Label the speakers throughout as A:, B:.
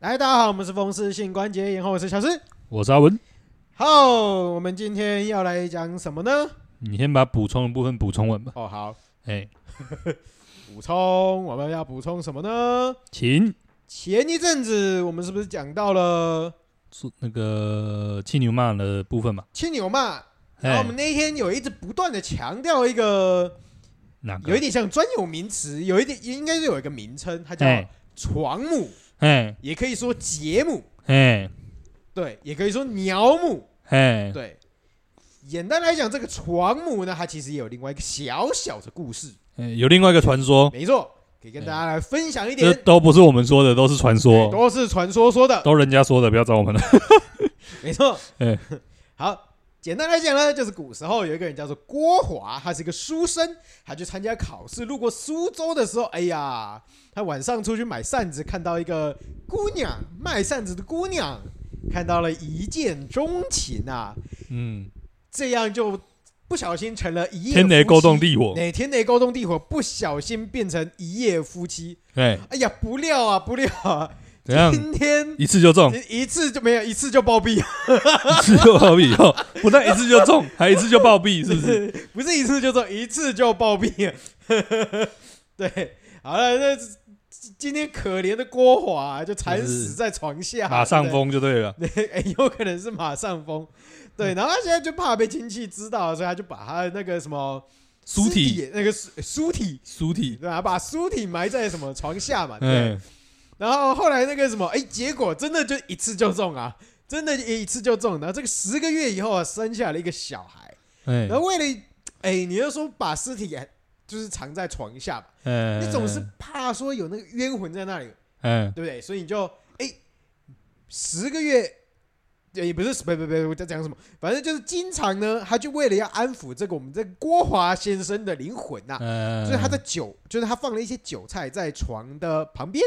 A: 嗨，大家好，我们是风湿性关节炎，我是小诗。
B: 我是阿文，
A: 好，我们今天要来讲什么呢？
B: 你先把补充的部分补充完吧。
A: 哦，好，
B: 哎，
A: 补充，我们要补充什么呢？
B: 请
A: 前一阵子我们是不是讲到了
B: 做那个气牛骂的部分嘛？
A: 青牛嘛？然后
B: 哎
A: 我，们那天有一直不断的强调一个，
B: 哪个？
A: 有一点像专有名词，有一点应该是有一个名称，它叫
B: 哎
A: 床母，
B: 哎
A: 也可以说节母，
B: 哎
A: 对，也可以说鸟母，
B: 哎，
A: 对。简单来讲，这个床母呢，它其实也有另外一个小小的故事。
B: 哎有另外一个传说，
A: 没错，可以跟大家来分享一点
B: 这，都不是我们说的，都是传
A: 哎
B: 说，
A: 都是传说说的，
B: 都人家说的，不要找我 们了。
A: 没错
B: 哎。
A: 好，简单来讲呢，就是古时候有一个人叫做郭华，他是一个书生，他去参加考试，路过苏州的时候，哎呀，他晚上出去买扇子，看到一个姑娘卖扇子的姑娘，看到了一见钟情啊，
B: 嗯，
A: 这样就不小心成了一夜
B: 天雷
A: 夫妻
B: 勾动，地火，
A: 哪天雷勾动地火，不小心变成一夜夫妻。
B: 哎，
A: 哎呀，不料啊，不料啊，
B: 怎样？
A: 今天
B: 一次就中，
A: 一次就没有，一次就暴毙，
B: 一次就暴毙， 哦，不但一次就中，还一次就暴毙，是不是？
A: 不是一次就中，一次就暴毙。 对，好了，那今天可怜的郭华、就惨死在床下，
B: 马上疯就对了。
A: 啊对 不对，哎、有可能是马上疯。
B: 嗯
A: 对，然后他现在就怕被亲戚知道，所以他就把他的那个什么
B: 书体
A: 尸那个书书体，
B: 书体，
A: 对吧？把书体埋在什么床下嘛，对不对。
B: 哎，
A: 然后后来那个什么，哎，结果真的就一次就中啊，真的一次就中。然后这个十个月以后啊，生下了一个小孩。
B: 哎
A: 然，后为了，哎，你就说把尸体也就是藏在床下嘛，
B: 哎，
A: 你总是怕说有那个冤魂在那里，
B: 哎，
A: 对不对？所以你就哎，十个月。也不是不不不，我在讲什么？反正就是经常呢，他就为了要安抚这个我们这个郭华先生的灵魂呐、
B: 哎，
A: 啊所以他在酒，就是他放了一些韭菜在床的旁边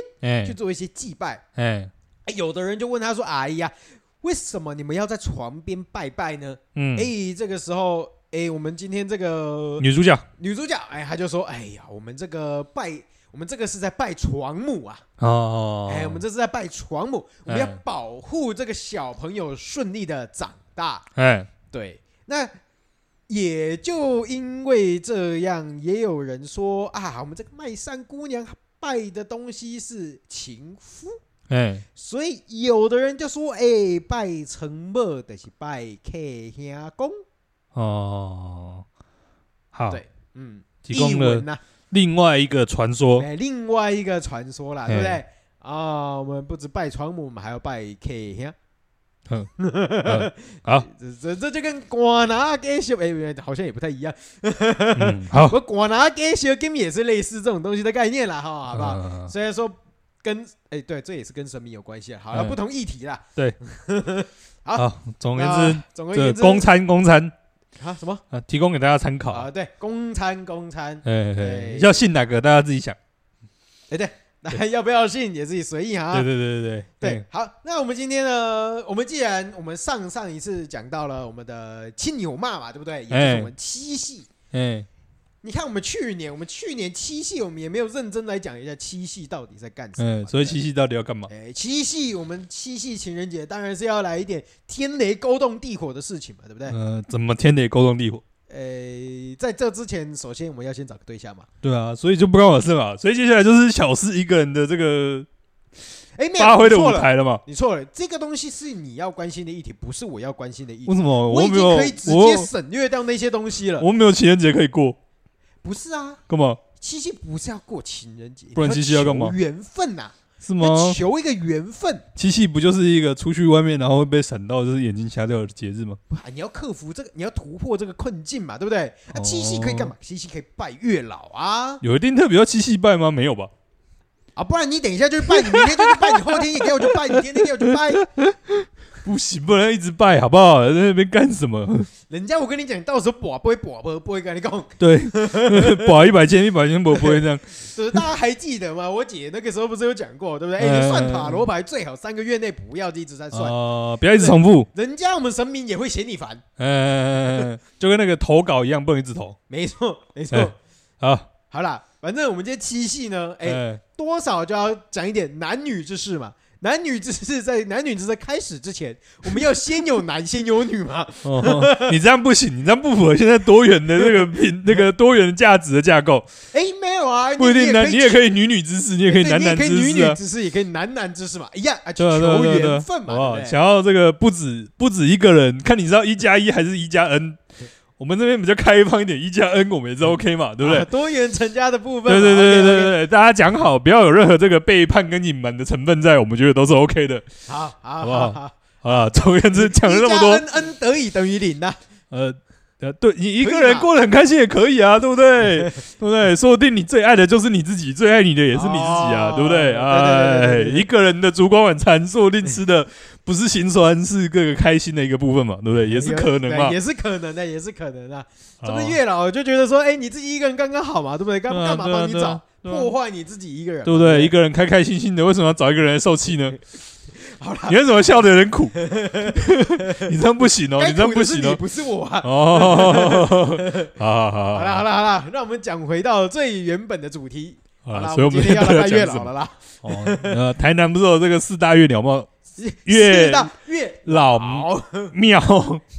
A: 去
B: 哎
A: 做一些祭拜。
B: 哎，
A: 哎有的人就问他说：“哎呀，为什么你们要在床边拜拜呢？”
B: 嗯
A: 哎、，这个时候，哎、我们今天这个
B: 女主角，
A: 女主角，哎，她就说：“哎呀，我们这个拜，我们这个是在拜床母啊，
B: 哦，
A: 哎，我们这是在拜床母，我们要
B: 哎
A: 保护这个小朋友顺利的长大。
B: 哎，
A: 对，那。也就因为这样，也有人说啊，我们这个卖扇姑娘她拜的东西是情夫。
B: 哎，
A: 所以有的人就说：“哎、拜成母就是拜客兄公。
B: 哦，好，
A: 对”嗯，
B: 提供
A: 译文
B: 了哦
A: 呐、
B: 另外一个传说
A: 哎、，另外一个传说啦，对不
B: 哎
A: 对？啊、我们不止拜床母，我们还要拜客兄。
B: 嗯好，
A: 这这这就跟瓜拿给小哎，好像也不太一样。哎
B: 嗯，好，
A: 不过瓜拿给小 game 也是类似这种东西的概念啦，哈，好不好？
B: 嗯？
A: 虽然说跟哎、对，这也是跟神明有关系啊。好了，
B: 嗯
A: 不同议题啦。
B: 好，总而言
A: 那总而
B: 之，
A: 言
B: 这
A: 之，
B: 公餐公餐
A: 啊什么
B: 啊，提供给大家参考。
A: 啊？对，公餐公餐。
B: 哎
A: 哎
B: 哎，要信哪个大家自己想。
A: 那要不要信也自己随意啊。
B: 对对对对
A: 对，，好，那我们今天呢，我们既然我们上上一次讲到了我们的青牛骂嘛，对不对？也就是我们七系。
B: 哎，
A: 你看，我们去年，我们去年七系，我们也没有认真来讲一下七系到底在干什么嘛。
B: 嗯，所以
A: 对不对
B: 七夕到底要干嘛？
A: 哎，七系，我们七系情人节当然是要来一点天雷勾动地火的事情嘛，对不对？
B: 嗯，怎么天雷勾动地火？
A: 哎，在这之前，首先我们要先找个对象嘛。
B: 对啊，所以就不关我事嘛。所以接下来就是小四一个人的这个
A: 哎，没有
B: 发挥的
A: 你
B: 舞
A: 错了，
B: 台了嘛。
A: 你错了，这个东西是你要关心的议题，不是我要关心的议题
B: 为。什么
A: 我
B: 我
A: 已
B: 没
A: 经
B: 有
A: 可以直接
B: 我
A: 省略掉那些东西 了。
B: 我没有情人节可以过？
A: 不是啊，
B: 干嘛？
A: 七夕不是要过情人节，
B: 不然七夕要干嘛
A: 你求缘分呐、
B: 是
A: 你
B: 吗？
A: 要求一个缘分
B: 七夕不就是一个出去外面然后会被闪到就是眼睛瞎掉的节日吗？
A: 啊！你要克服这个，你要突破这个困境嘛，对不对？那、
B: 哦
A: 七夕可以干嘛？七夕可以拜月老啊
B: 有一定特别要七夕拜吗？没有吧？
A: 啊！不然你等一下就去拜，你明天就去拜，你后天也给我去拜，你天天给我去拜。
B: 不行，不能一直拜好不好？在那边干 什么？
A: 人家我跟你讲，到时候卜不会卜不不会跟你 讲，
B: 对，保一百千，一百千不不会这样。
A: 就是大家还记得吗？我姐那个时候不是有讲过，对不对？哎、
B: 嗯
A: 你算塔罗牌最好三个月内不要一直在 算，
B: 啊、不要一直重复。
A: 人家我们神明也会嫌你烦。
B: 嗯、就跟那个投稿一样，不能一直投。
A: 没 错，没错。
B: 哎好，
A: 好啦，反正我们今天七夕呢，哎、
B: 哎
A: 多少就要讲一点男女之事嘛。男女之事在男女之事在开始之前，我们要先有男，先有女 嘛。
B: 哦，你这样不行，你这样不符合现在多元的那个平那个多元价值的 架构，
A: 哎，没有啊，
B: 不一定男，你也
A: 以
B: 可以女女之事，你也可以
A: 对
B: 男
A: 你也
B: 男
A: 可以
B: 之
A: 女
B: 事
A: 女
B: 啊，
A: 之事，也可以男男之事嘛，一样啊，
B: 对
A: 就
B: 啊对啊
A: 求
B: 对啊对啊，
A: 缘分嘛，
B: 好不好
A: 对不对
B: 想要这个不止不止一个人，看你是要一加一还是一加 n，我们这边比较开放一点，一加 n 我们也是 OK 嘛，对不
A: 啊
B: 对？
A: 多元成家的部分
B: 对
A: 嘛，
B: 对对对
A: OK，OK
B: 对对，大家讲好，不要有任何这个背叛跟隐瞒的成分在，我们觉得都是 OK 的
A: 好好
B: 好不好
A: 好好，
B: 啊。总而言之，讲了那么多，
A: 恩恩得以等于零啊呐，
B: 呃呃，对你一
A: 可以
B: 个人
A: 吧
B: 过得很开心也可以啊，对不对？对不对？说不定你最爱的就是你自己，最爱你的也是你自己啊，
A: 哦
B: 对不对？
A: 对对对
B: 哎
A: 对对，对
B: 一个人的烛光晚餐，说不定吃的不是心酸，是各个开心的一个部分嘛，对不对？也是可能
A: 对
B: 嘛，
A: 也是可能的，也是可能的。真
B: 好
A: 的越老就觉得说，哎，你自己一个人刚刚好嘛，对不对？干
B: 对啊
A: 干嘛帮你
B: 对啊
A: 找
B: 对啊
A: 破坏你自己一个人嘛？
B: 对不对？一个人开开心心的，为什么要找一个人来受气呢？
A: 好啦
B: 你为什么笑得有点苦？你这样不行哦，
A: 该
B: 你这样
A: 苦
B: 不
A: 的是
B: 行
A: 你
B: 哦。
A: 不是我 啊。
B: 哦，好好好，
A: 好啦好啦好啦，让我们讲回到最原本的主题。
B: 好
A: 好
B: 啦
A: 啦，
B: 啊所以我
A: 今
B: 们
A: 天要
B: 到底
A: 来
B: 要
A: 拜月
B: 讲什
A: 老
B: 么
A: 了？啦。
B: 哦，呃，台南不是有这个四大月鸟吗？月嗯
A: 是的月
B: 老
A: 老，
B: 庙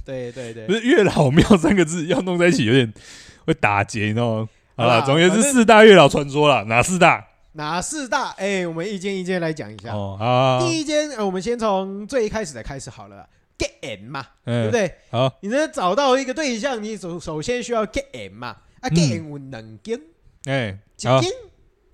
A: 对对对
B: 不，是月老庙三个字要弄在一起有点会打结，你知道吗？好
A: 好
B: 啦，
A: 啦
B: 总而言之，
A: 反正
B: 四大月老传说啦，哪四大？
A: 哪四大？哎，我们一间一间来讲一下。
B: 哦，啊，
A: 第一间，呃，我们先从最开始的开始好了啦，get M 嘛，对不？
B: 对
A: 对？
B: 哎好，
A: 你能找到一个对象，你首首先需要 get M 嘛，啊
B: 嗯
A: ，get M 有两间，
B: 哎，
A: 一
B: 好，
A: 间，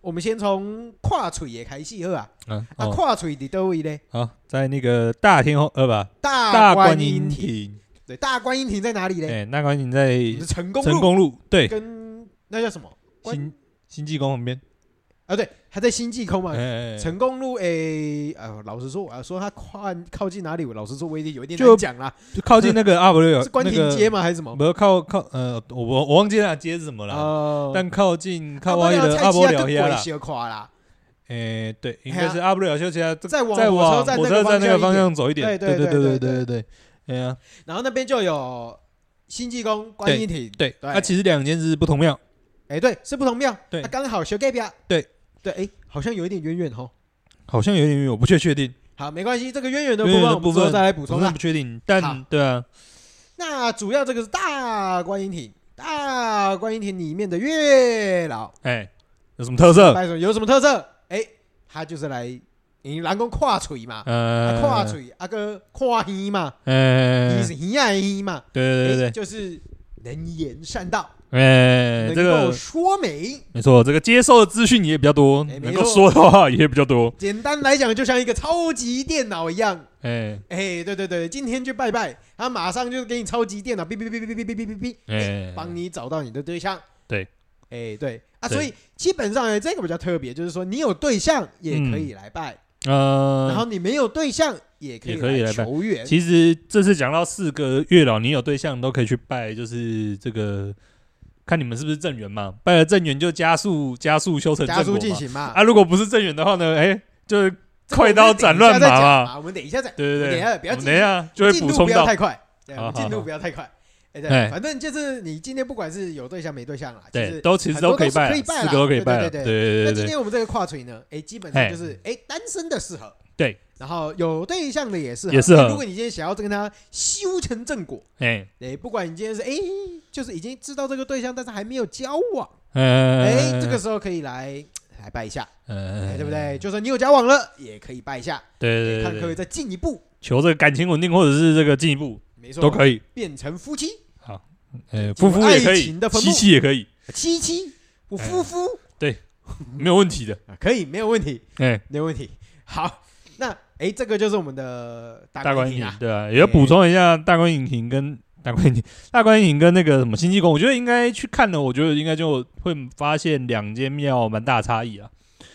A: 我们先从跨嘴的开始好啊，
B: 嗯，
A: 啊，
B: 哦
A: 跨嘴伫倒位呢？
B: 好，在那个大天后，呃，不，
A: 大
B: 大观
A: 观
B: 音
A: 音亭，
B: 亭，
A: 对，大观音亭在哪里呢？
B: 哎，大观音在
A: 我们成功
B: 成
A: 路
B: 功路，对，
A: 跟那叫什么？关
B: 新新济公旁边，
A: 啊，对，它在新济空嘛
B: 哎。哎，哎
A: 成功路诶，呃，老实说，我要说它跨靠近哪里？我老实说，我也有一点
B: 就
A: 难讲啦，
B: 哎就靠近那个阿伯六，
A: 是关亭街吗？还是什
B: 那个，
A: 么？
B: 不是靠靠，呃，我我我忘记那街是什么了。
A: 哦
B: 但靠近
A: 阿
B: 靠
A: 波
B: 外
A: 了
B: 的阿
A: 菜
B: 波
A: 市啊
B: 聊
A: 跟
B: 黑
A: 鬼
B: 啦，
A: 斜垮啦，
B: 诶，对，应
A: 嘿啊
B: 该是阿波聊休息啊，
A: 再往
B: 再
A: 火
B: 往
A: 车站
B: 火
A: 那个
B: 车站那个
A: 方
B: 方
A: 向
B: 向走一点，
A: 对对
B: 对
A: 对
B: 对
A: 对
B: 对对，哎呀，
A: 然后那边就有新济公、观音亭，
B: 对，啊
A: 对
B: 那其实两间是不同庙，
A: 哎，对，是不同庙，
B: 对
A: 它刚好修盖表，
B: 对
A: 对，哎，好像有一点渊源哦。
B: 好像有点远，我不确确定，
A: 好，没关系，这个渊源的部
B: 渊
A: 分
B: 源的
A: 我们
B: 部
A: 之后
B: 分
A: 再来补
B: 我
A: 充
B: 真的
A: 啦
B: 不。确定，
A: 好
B: 但对啊，
A: 那主要这个是大观音亭，大观音亭里面的月老，
B: 哎，有什么特色？
A: 拜什么有什么特色？哎，他就是来你南宫跨嘴嘛，啊
B: 呃，
A: 跨嘴啊个跨耳嘛，
B: 呃
A: 耳，是耳啊耳嘛，
B: 对对
A: 哎
B: 对
A: 就是能言善道，
B: 对，哎，这
A: 能够
B: 个
A: 说媒。
B: 没错，这个接受的资讯也比较多，
A: 哎没
B: 能够
A: 错
B: 说的话也比较多，
A: 简单来讲，就像一个超级电脑一样。
B: 哎
A: 哎、对对对，今天去拜拜，他马上就给你超级电脑，哔哔哔哔哔哔哔哔哔，
B: 哎，
A: 帮你找到你的对象。
B: 对，
A: 哎、对啊，
B: 对
A: 所以基本上哎呢，这个比较特别，就是说你有对象也可以来拜，
B: 呃，
A: 然后你没有对象也可以
B: 也可以来拜
A: 求援。
B: 其实这次讲到四个月老，你有对象都可以去拜，就是这个看你们是不是正缘嘛。拜了正缘就加速加速修成
A: 加
B: 正
A: 速
B: 果
A: 进
B: 嘛。
A: 行嘛，
B: 啊，如果不是正缘的话呢，哎，就
A: 这
B: 是
A: 个我
B: 快
A: 们
B: 刀
A: 等
B: 斩
A: 一下
B: 乱
A: 再
B: 麻
A: 讲
B: 嘛。
A: 嘛，我们等一下再，
B: 对
A: 我们
B: 对
A: 等一下
B: 对，
A: 不要
B: 我们
A: 急
B: 等一下就会
A: 进
B: 补
A: 度
B: 充
A: 不要
B: 到。
A: 太快，对，我
B: 好
A: 们
B: 好
A: 进度
B: 好
A: 不要太快。哎，对，
B: 哎
A: 反正就是你今天不管是有对象没对象啦，就
B: 对，
A: 是
B: 都其实都可以拜，
A: 很多都是可以拜啦
B: 四个都可以拜
A: 对
B: 了。对
A: 对
B: 对
A: 那
B: 对
A: 今
B: 对，
A: 天我们这个跨锤呢，哎，基本上就是哎，单身的适合，
B: 对，
A: 然后有对象的也适合，
B: 也适合
A: 哎如果你今天想要跟他修成正果，
B: 哎
A: 哎，不管你今天是哎，就是已经知道这个对象，但是还没有交往，
B: 嗯
A: 哎，这个时候可以来来拜一下，哎，
B: 嗯
A: 对不？对？就算你有交往了，也可以拜一下，
B: 对对
A: 看可
B: 对
A: 不可以再
B: 对，
A: 进一步，
B: 求这个感情稳定或者是这个进一步
A: 没错，
B: 都可以。
A: 变成夫妻，
B: 呃，夫妇也可
A: 爱
B: 以
A: 情的，坟墓
B: 妻妻也可以，
A: 妻妻，我夫妇。
B: 没有问题的。
A: 啊，可以，没有问题，
B: 哎。
A: 没有问题。好，那哎，这个就是我们的大
B: 大观
A: 观
B: 影
A: 啊，
B: 对啊，也要补充一下大观影亭跟大观影 亭、大观影跟那个什么新济公，我觉得应该去看了，我觉得应该就会发现两间庙蛮大差异啊。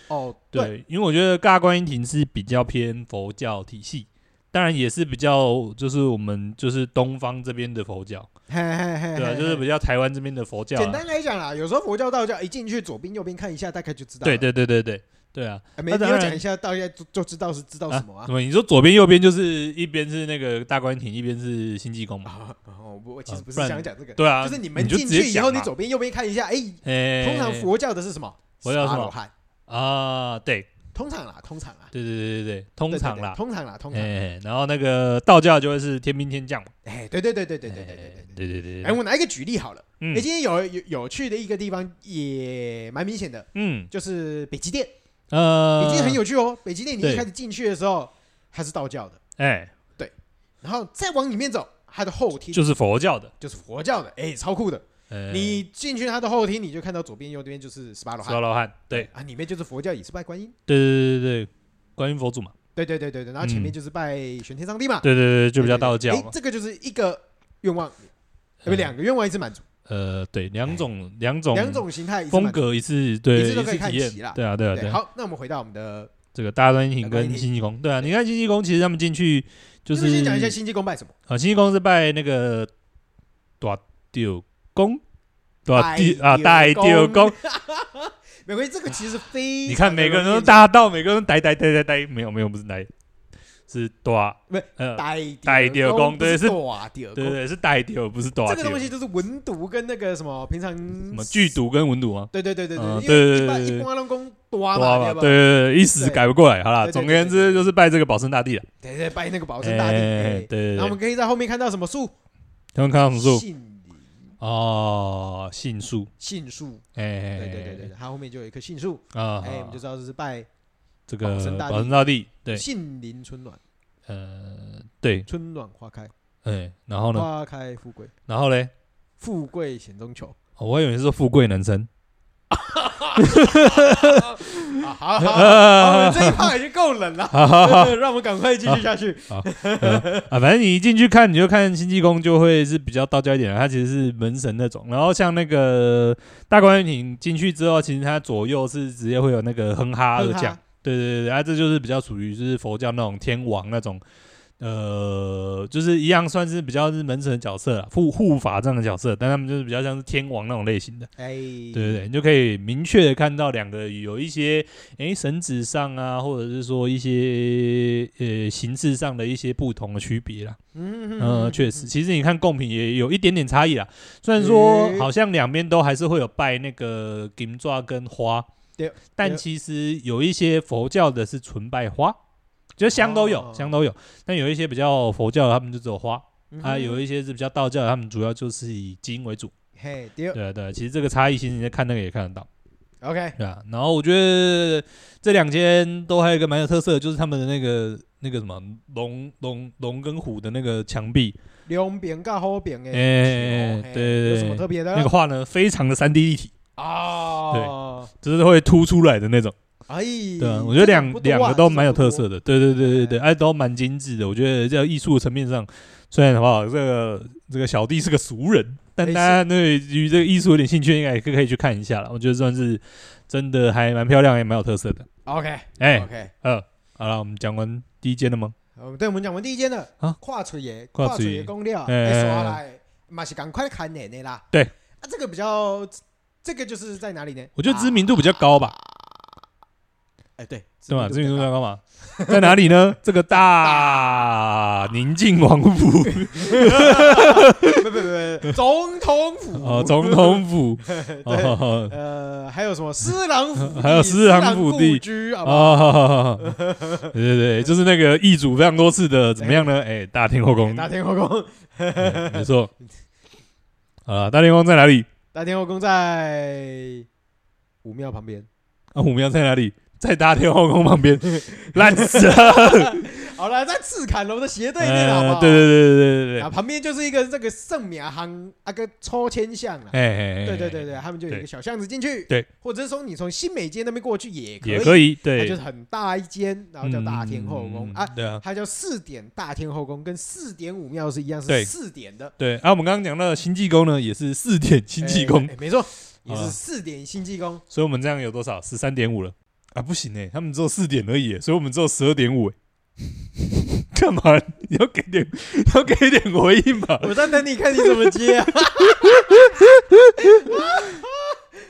A: 哦，
B: 对，
A: 对，
B: 因为我觉得大观音亭是比较偏佛教体系，当然也是比较就是我们就是东方这边的佛教，
A: 嘿嘿嘿，
B: 对啊，
A: 嘿
B: 就是
A: 嘿
B: 比较台湾这边的佛教、
A: 简
B: 啊。
A: 单来讲啦，有时候佛教、道教一进去，左边右边看一下，大概就知道了。
B: 对对对对对对啊！
A: 哎，没
B: 那
A: 你
B: 当
A: 有
B: 然
A: 讲一下，大概就就知道是知道什么啊
B: 什。么？你说左边右边就是一边是那个大观音亭，一边是新济公嘛？
A: 啊，哦，我我其实
B: 啊
A: 不是
B: 不然
A: 想讲这个，
B: 对啊，
A: 就是你们
B: 就
A: 进
B: 直接
A: 去以
B: 讲
A: 后，你
B: 嘛
A: 左边右边看一下，哎，
B: 哎，
A: 通常佛教的是什么？
B: 佛教是
A: 萨
B: 什么
A: 罗汉，
B: 啊，对，
A: 通常啦，通常啦，
B: 对对对对对，通常
A: 对
B: 啦，
A: 对对通常啦，通
B: 哎、
A: 常。
B: 然后那个道教就会是天兵天将嘛，
A: 哎，对对对对对对对对
B: 哎
A: 对对。
B: 对对对
A: 哎，
B: 对，
A: 我拿一个举例好了。哎，
B: 嗯
A: 今天有有有趣的一个地方也蛮明显的，
B: 嗯
A: 就是北极殿。
B: 呃，
A: 北极殿很有趣哦，北极殿你一
B: 对
A: 开始进去的时候，它是道教的，
B: 哎、
A: 然后再往里面走，它的后厅
B: 就是佛教的，
A: 就是佛教的，哎，超酷的。
B: 哎
A: 你进去它的后厅，你就看到左边右边就是十八罗
B: 十八
A: 汉，
B: 罗汉，对
A: 啊，里面就是佛教也是拜观音，
B: 对对对对对，观音佛祖嘛，
A: 对对对对对，然后前面就是拜玄天上帝嘛，
B: 对对对，就比较道
A: 啊对对
B: 教
A: 对哎
B: 嘛，哎
A: 这个就是一个愿望，呃不两个愿望一次满足，
B: 呃，对，两种两种
A: 两种形态一次
B: 风
A: 满足。
B: 格一次对
A: 一次都可以看
B: 体
A: 齐
B: 验
A: 啦，
B: 对啊对啊
A: 对，
B: 啊，
A: 好，那我们回到我们的，
B: 这个大专庭
A: 大
B: 跟
A: 观庭
B: 新济公，对啊，你看新济公其实他们进去就
A: 那么
B: 是
A: 先讲一下新济公拜什么，
B: 啊，新济公是拜那个大吊公，大吊啊大
A: 拜
B: 吊
A: 吊公
B: 公，
A: 没关系，这个其实非
B: 你看
A: 常的
B: 每个人都
A: 容易
B: 大到，每个人都呆呆呆呆呆，没有没有不是呆，是大
A: 不是
B: 呃
A: 呆
B: 呆
A: 吊
B: 吊公对是
A: 大吊
B: 对
A: 公，
B: 对是呆吊不是大
A: 这
B: 吊，
A: 个东西就是文读跟那个什么平常什
B: 什么剧毒跟文毒吗？
A: 对对对对
B: 嗯
A: 对，因为
B: 对
A: 一
B: 对
A: 般
B: 对对
A: 一般龙公多
B: 哇
A: 嘛，
B: 对对对，一时改不过来，好啦，
A: 对对
B: 总而
A: 对
B: 言
A: 对对
B: 之就是拜这个保生大帝了，
A: 对对对拜那个保生大帝，
B: 哎
A: 哎
B: 对对
A: 然后我
B: 对，
A: 们可以在后面看到什么树，
B: 他们看到什么树？
A: 杏林
B: 哦，杏树，
A: 杏树，
B: 哎，
A: 对对对对，对它后面就有一棵杏树，
B: 啊，
A: 哎，我们就知道这是拜
B: 这个
A: 保生大帝
B: 保生大帝，对，
A: 杏林春暖，
B: 呃，对，
A: 春暖花开，
B: 哎，然后呢，
A: 花开富贵，
B: 然后嘞，
A: 富贵险中求。
B: 哦我以为是富贵 能生，
A: 啊，好好
B: 呃
A: 好，好我们这一趴已经够冷了，让我们赶快继续下去。
B: 啊，反正你一进去看，你就看新济公就会是比较道教一点的，他其实是门神那种。然后像那个大观园亭进去之后，其实它左右是直接会有那个哼哈二
A: 哼哈
B: 将，对对对，啊，这就是比较属于就是佛教那种天王那种，呃，就是一样算是比较是门神的角色啦，护护法这样的角色，但他们就是比较像是天王那种类型的。
A: 哎，
B: 对对对，你就可以明确的看到两个有一些诶绳子上啊，或者是说一些呃形式上的一些不同的区别啦。
A: 嗯
B: 嗯，确实，，其实你看贡品也有一点点差异啦。虽然说
A: 诶
B: 好像两边都还是会有拜那个金抓跟花
A: 对，
B: 但
A: 对
B: 其实有一些佛教的是纯拜花，就香都有，
A: 哦
B: 香都有。但有一些比较佛教的，他们就只有花
A: 嗯
B: 啊；有
A: 哼
B: 一些是比较道教的，他们主要就是以金为主。
A: 嘿，第二
B: 对啊对啊，其实这个差异，其实你在看那个也看得到。
A: ，OK，
B: 对啊，然后我觉得这两间都还有一个蛮有特色的，就是他们的那个那个什么龙龙龙跟虎的那个墙壁，
A: 两边跟后边哎，
B: 哎
A: 嘿
B: 对对
A: 有什么
B: 对
A: 特别的？
B: 那个画呢非常的三 D 立体，
A: 哦，
B: 就是会凸出来的那种。
A: 哎，
B: 对啊，我觉得两
A: 这种不多啊
B: 两个都蛮有特色。的，对对对对对，
A: 哎
B: 哎，都蛮精致的。我觉得在艺术层面上，虽然好不好，这个这个小弟是个俗人，但
A: 哎
B: 大家对于这个艺术有点兴趣，应该也可以去看一下了。我觉得算是真的还蛮漂亮，也蛮有特色的。哎，
A: OK，OK，
B: 呃，好了，我们讲完第一间了吗？
A: 哦对，我们讲完第一间了
B: 啊，
A: 跨锤爷，
B: 跨
A: 跨
B: 嘴
A: 锤爷公料，
B: 哎
A: 哎，刷来，嘛是赶快看奶奶啦。
B: 对
A: 啊，这个比较，这个就是在哪里呢？
B: 我觉得知名度比较高吧，
A: 哎，对，
B: 对吧？知名度
A: 比
B: 比
A: 较
B: 较高嘛，在哪里呢？这个大宁静王府
A: 不不不不，总统府
B: 哦，总统府
A: 对。
B: 哦
A: 呃，还有什么施琅府地？
B: 还有施琅
A: 府
B: 府地
A: 居，好不好？
B: 哦，对对对，就是那个易主非常多次的，怎么样呢？哎，大天后宫，
A: 大天后宫，
B: 哎没错。啊，大天后宫在哪里？
A: 大天后宫在武庙旁边。
B: 啊，武庙在哪里？在大天后宫旁边，烂死了。
A: 好了，在赤坎楼的斜对面，好不
B: 呃
A: 好？
B: 对对对对对对
A: 啊，
B: 对，
A: 旁边就是一个这个圣名行啊个抽签巷啦。
B: 哎哎，
A: 对对对对，他们就有一个
B: 对
A: 小巷子进去。
B: 对，
A: 或者是说你从新美街那边过去也可以，
B: 也可以，
A: 它
B: 对，
A: 就是很大一间，然后叫大天后宫
B: 嗯
A: 啊，
B: 对啊，
A: 它叫四点大天后宫，跟四点五庙是一样，
B: 对
A: 是四点的。
B: 对啊，我们刚刚讲到的新济公呢，也是四点新济公，
A: 哎哎没错，也
B: 啊
A: 是四点新济 公。
B: 所以我们这样有多少？十三点五了啊，不行哎、他们只有四点而已欸，所以我们只有十二点五。欸 干嘛？你要给点，你要给点回应吧。
A: 我在等你看你怎么接啊！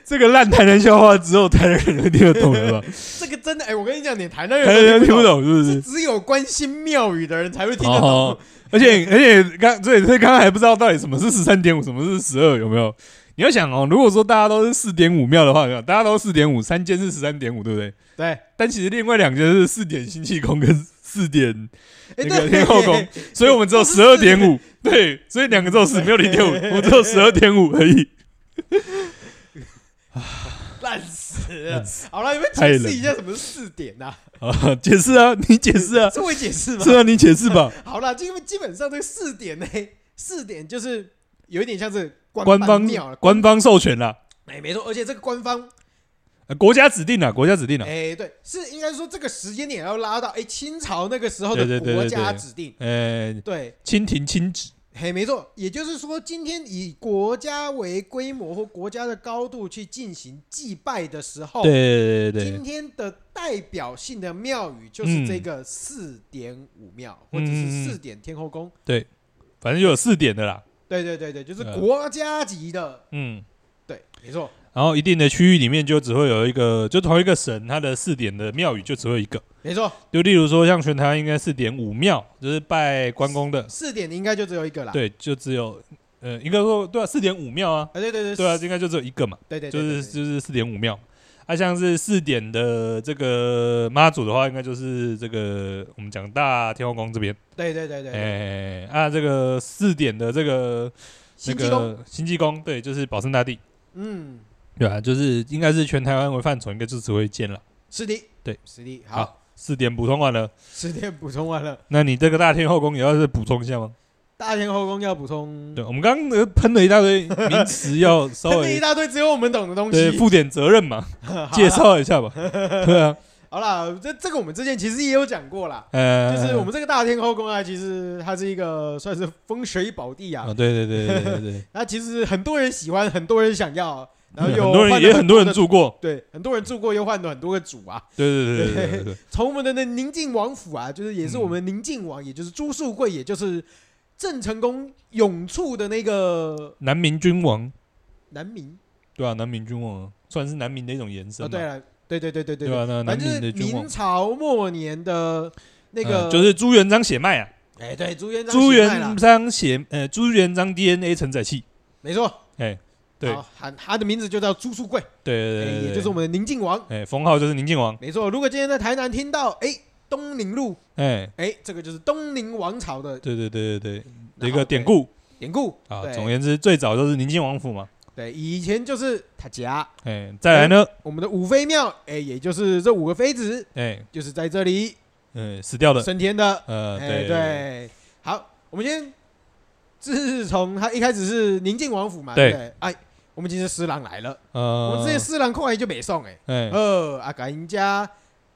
B: 这个烂台南笑话只有台南人能听得懂了吧？
A: 这个真的，哎，我跟你讲，你台南
B: 台南人
A: 人
B: 听不
A: 懂，
B: 懂是不是？
A: 只有关心庙宇的人才会听得
B: 哦
A: 懂。
B: 而且而且刚所以所以刚刚还不知道到底什么是十三点五，什么是十二，有没有？你要想哦，如果说大家都是四点五庙的话，大家都四点五，三间是十三点五，对不对？
A: 对，哎、
B: 但其实另外两间是四点辛弃宫跟四点那个
A: 对，
B: 天后 宫，所以我们只有十二点五，对，所以两个只有十，没有零点五， 我们只有十二点五而已。
A: 烂死了
B: 烂。死
A: 好了，你们解释一下什么是四点 呐、
B: 啊，解释 啊，你解释啊
A: 啊？，这会解释吗？
B: 是啊，你解释 吧。
A: 好了，基本基本上这个四点呢，四点就是有一点像是
B: 官
A: 方
B: 方
A: 庙了，
B: 官方授权啦，
A: 哎、没错，而且这个官方
B: 呃国家指定啦，国家指定啦。
A: 哎、对，是应该说这个时间点要拉到哎、清朝那个时候
B: 对
A: 的
B: 对对
A: 国
B: 对
A: 家
B: 对
A: 指定，
B: 呃，
A: 对，
B: 蜻蜓亲旨，
A: 嘿，没错，也就是说，今天以国家为规模或国家的高度去进行祭拜的时
B: 哦
A: 候，
B: 对对对对
A: 今天的代表性的庙宇就是这
B: 嗯
A: 个四点五庙，或者是四点天后宫。
B: 对，反正就有四点的啦。
A: 对对对对，就是
B: 呃
A: 国家级的，
B: 嗯，
A: 对，没错，
B: 然后一定的区域里面就只会有一个，就同一个省它的四点的庙宇就只会有一个。
A: 没错，
B: 就例如说，像全台湾应该四点五庙，就是拜关公的，
A: 四点应该就只有一个啦。，
B: 对，就只有呃，应该说对啊，四点五庙啊，
A: 啊，对对对，
B: 对啊，应该就只有一个嘛，
A: 对对，对
B: 就是
A: 对对
B: 就是四点五庙。啊，像是四点的这个妈祖的话，应该就是这个我们讲大天后宫这边，
A: 对对对对对，
B: 哎、啊，这个四点的这个那
A: 新济宫，
B: 个新济宫，对，就是保生大帝，
A: 嗯，
B: 对啊，就是应该是全台湾为范畴，应该就只会见了。
A: 是的，
B: 对，
A: 是的，好，
B: 四点补充完了，
A: 十点补充完了，
B: 那你这个大天后宫也要再补充一下吗？
A: 大天后宫要补充
B: 对，我们刚刚呃喷了一大堆名词，要稍
A: 喷了 一
B: 微
A: 大堆只有我们懂的东
B: 对
A: 西。 啊
B: 负点责任嘛，介绍一下吧。对啊，
A: 好啦，这这个我们之前其实也有讲过啦，
B: 呃，
A: 就是我们这个大天后宫啊，其实它是一个算是风水宝地
B: 啊，
A: 啊，
B: 对对对对对对，
A: 那其实很多人喜欢，很多人想要， 然后
B: 对
A: 有
B: 嗯很多人
A: 换
B: 也
A: 了
B: 很多人
A: 的，
B: 住过，
A: 对，很多人住过，又换了很多个主啊。
B: 对对对对对对，
A: 从我们的那宁靖王府啊，就是也是
B: 嗯
A: 我们宁靖王，也就是朱树贵，也就是郑成功永处的那个
B: 南明君王，
A: 南明
B: 对啊，南明君王啊算是南明的一种延
A: 啊，
B: 伸
A: 对
B: 嘛，
A: 了，对对对对对
B: 对啊，，那
A: 反
B: 南
A: 正
B: 明
A: 就是
B: 的君王
A: 明，朝末年的那个，
B: 呃就是朱元璋血脉啊。
A: 哎，对，朱元璋啊
B: 朱
A: 时代啦
B: 元璋写呃朱元璋 DNA 承载器，
A: 没错，
B: 哎对
A: 好，喊他的名字就叫朱树贵，
B: 对
A: 哎
B: 对对，
A: 也就是我们的宁靖王，
B: 哎封号就是宁靖王，
A: 没错。如果今天在台南听到，哎，东宁路，
B: 哎
A: 哎，这个就是东宁王朝的
B: 对对对对对的
A: 然
B: 一
A: 后
B: 个典故
A: 典故
B: 啊。
A: 对
B: 总而言之，最早就是宁靖王府嘛，
A: 对，以前就是他家，
B: 哎再来呢，
A: 我们的五妃庙，哎，也就是这五个妃子，
B: 哎
A: 就是在这里
B: 嗯死掉了，
A: 升天的，
B: 呃
A: 哎，
B: 对对
A: 对。好，我们先自从他一开始是宁靖王府嘛，
B: 对
A: 对不对，哎，我们今天施琅来了。我们
B: 呃
A: 这些私人空来就没送哎，
B: 哎
A: 呃啊，给人家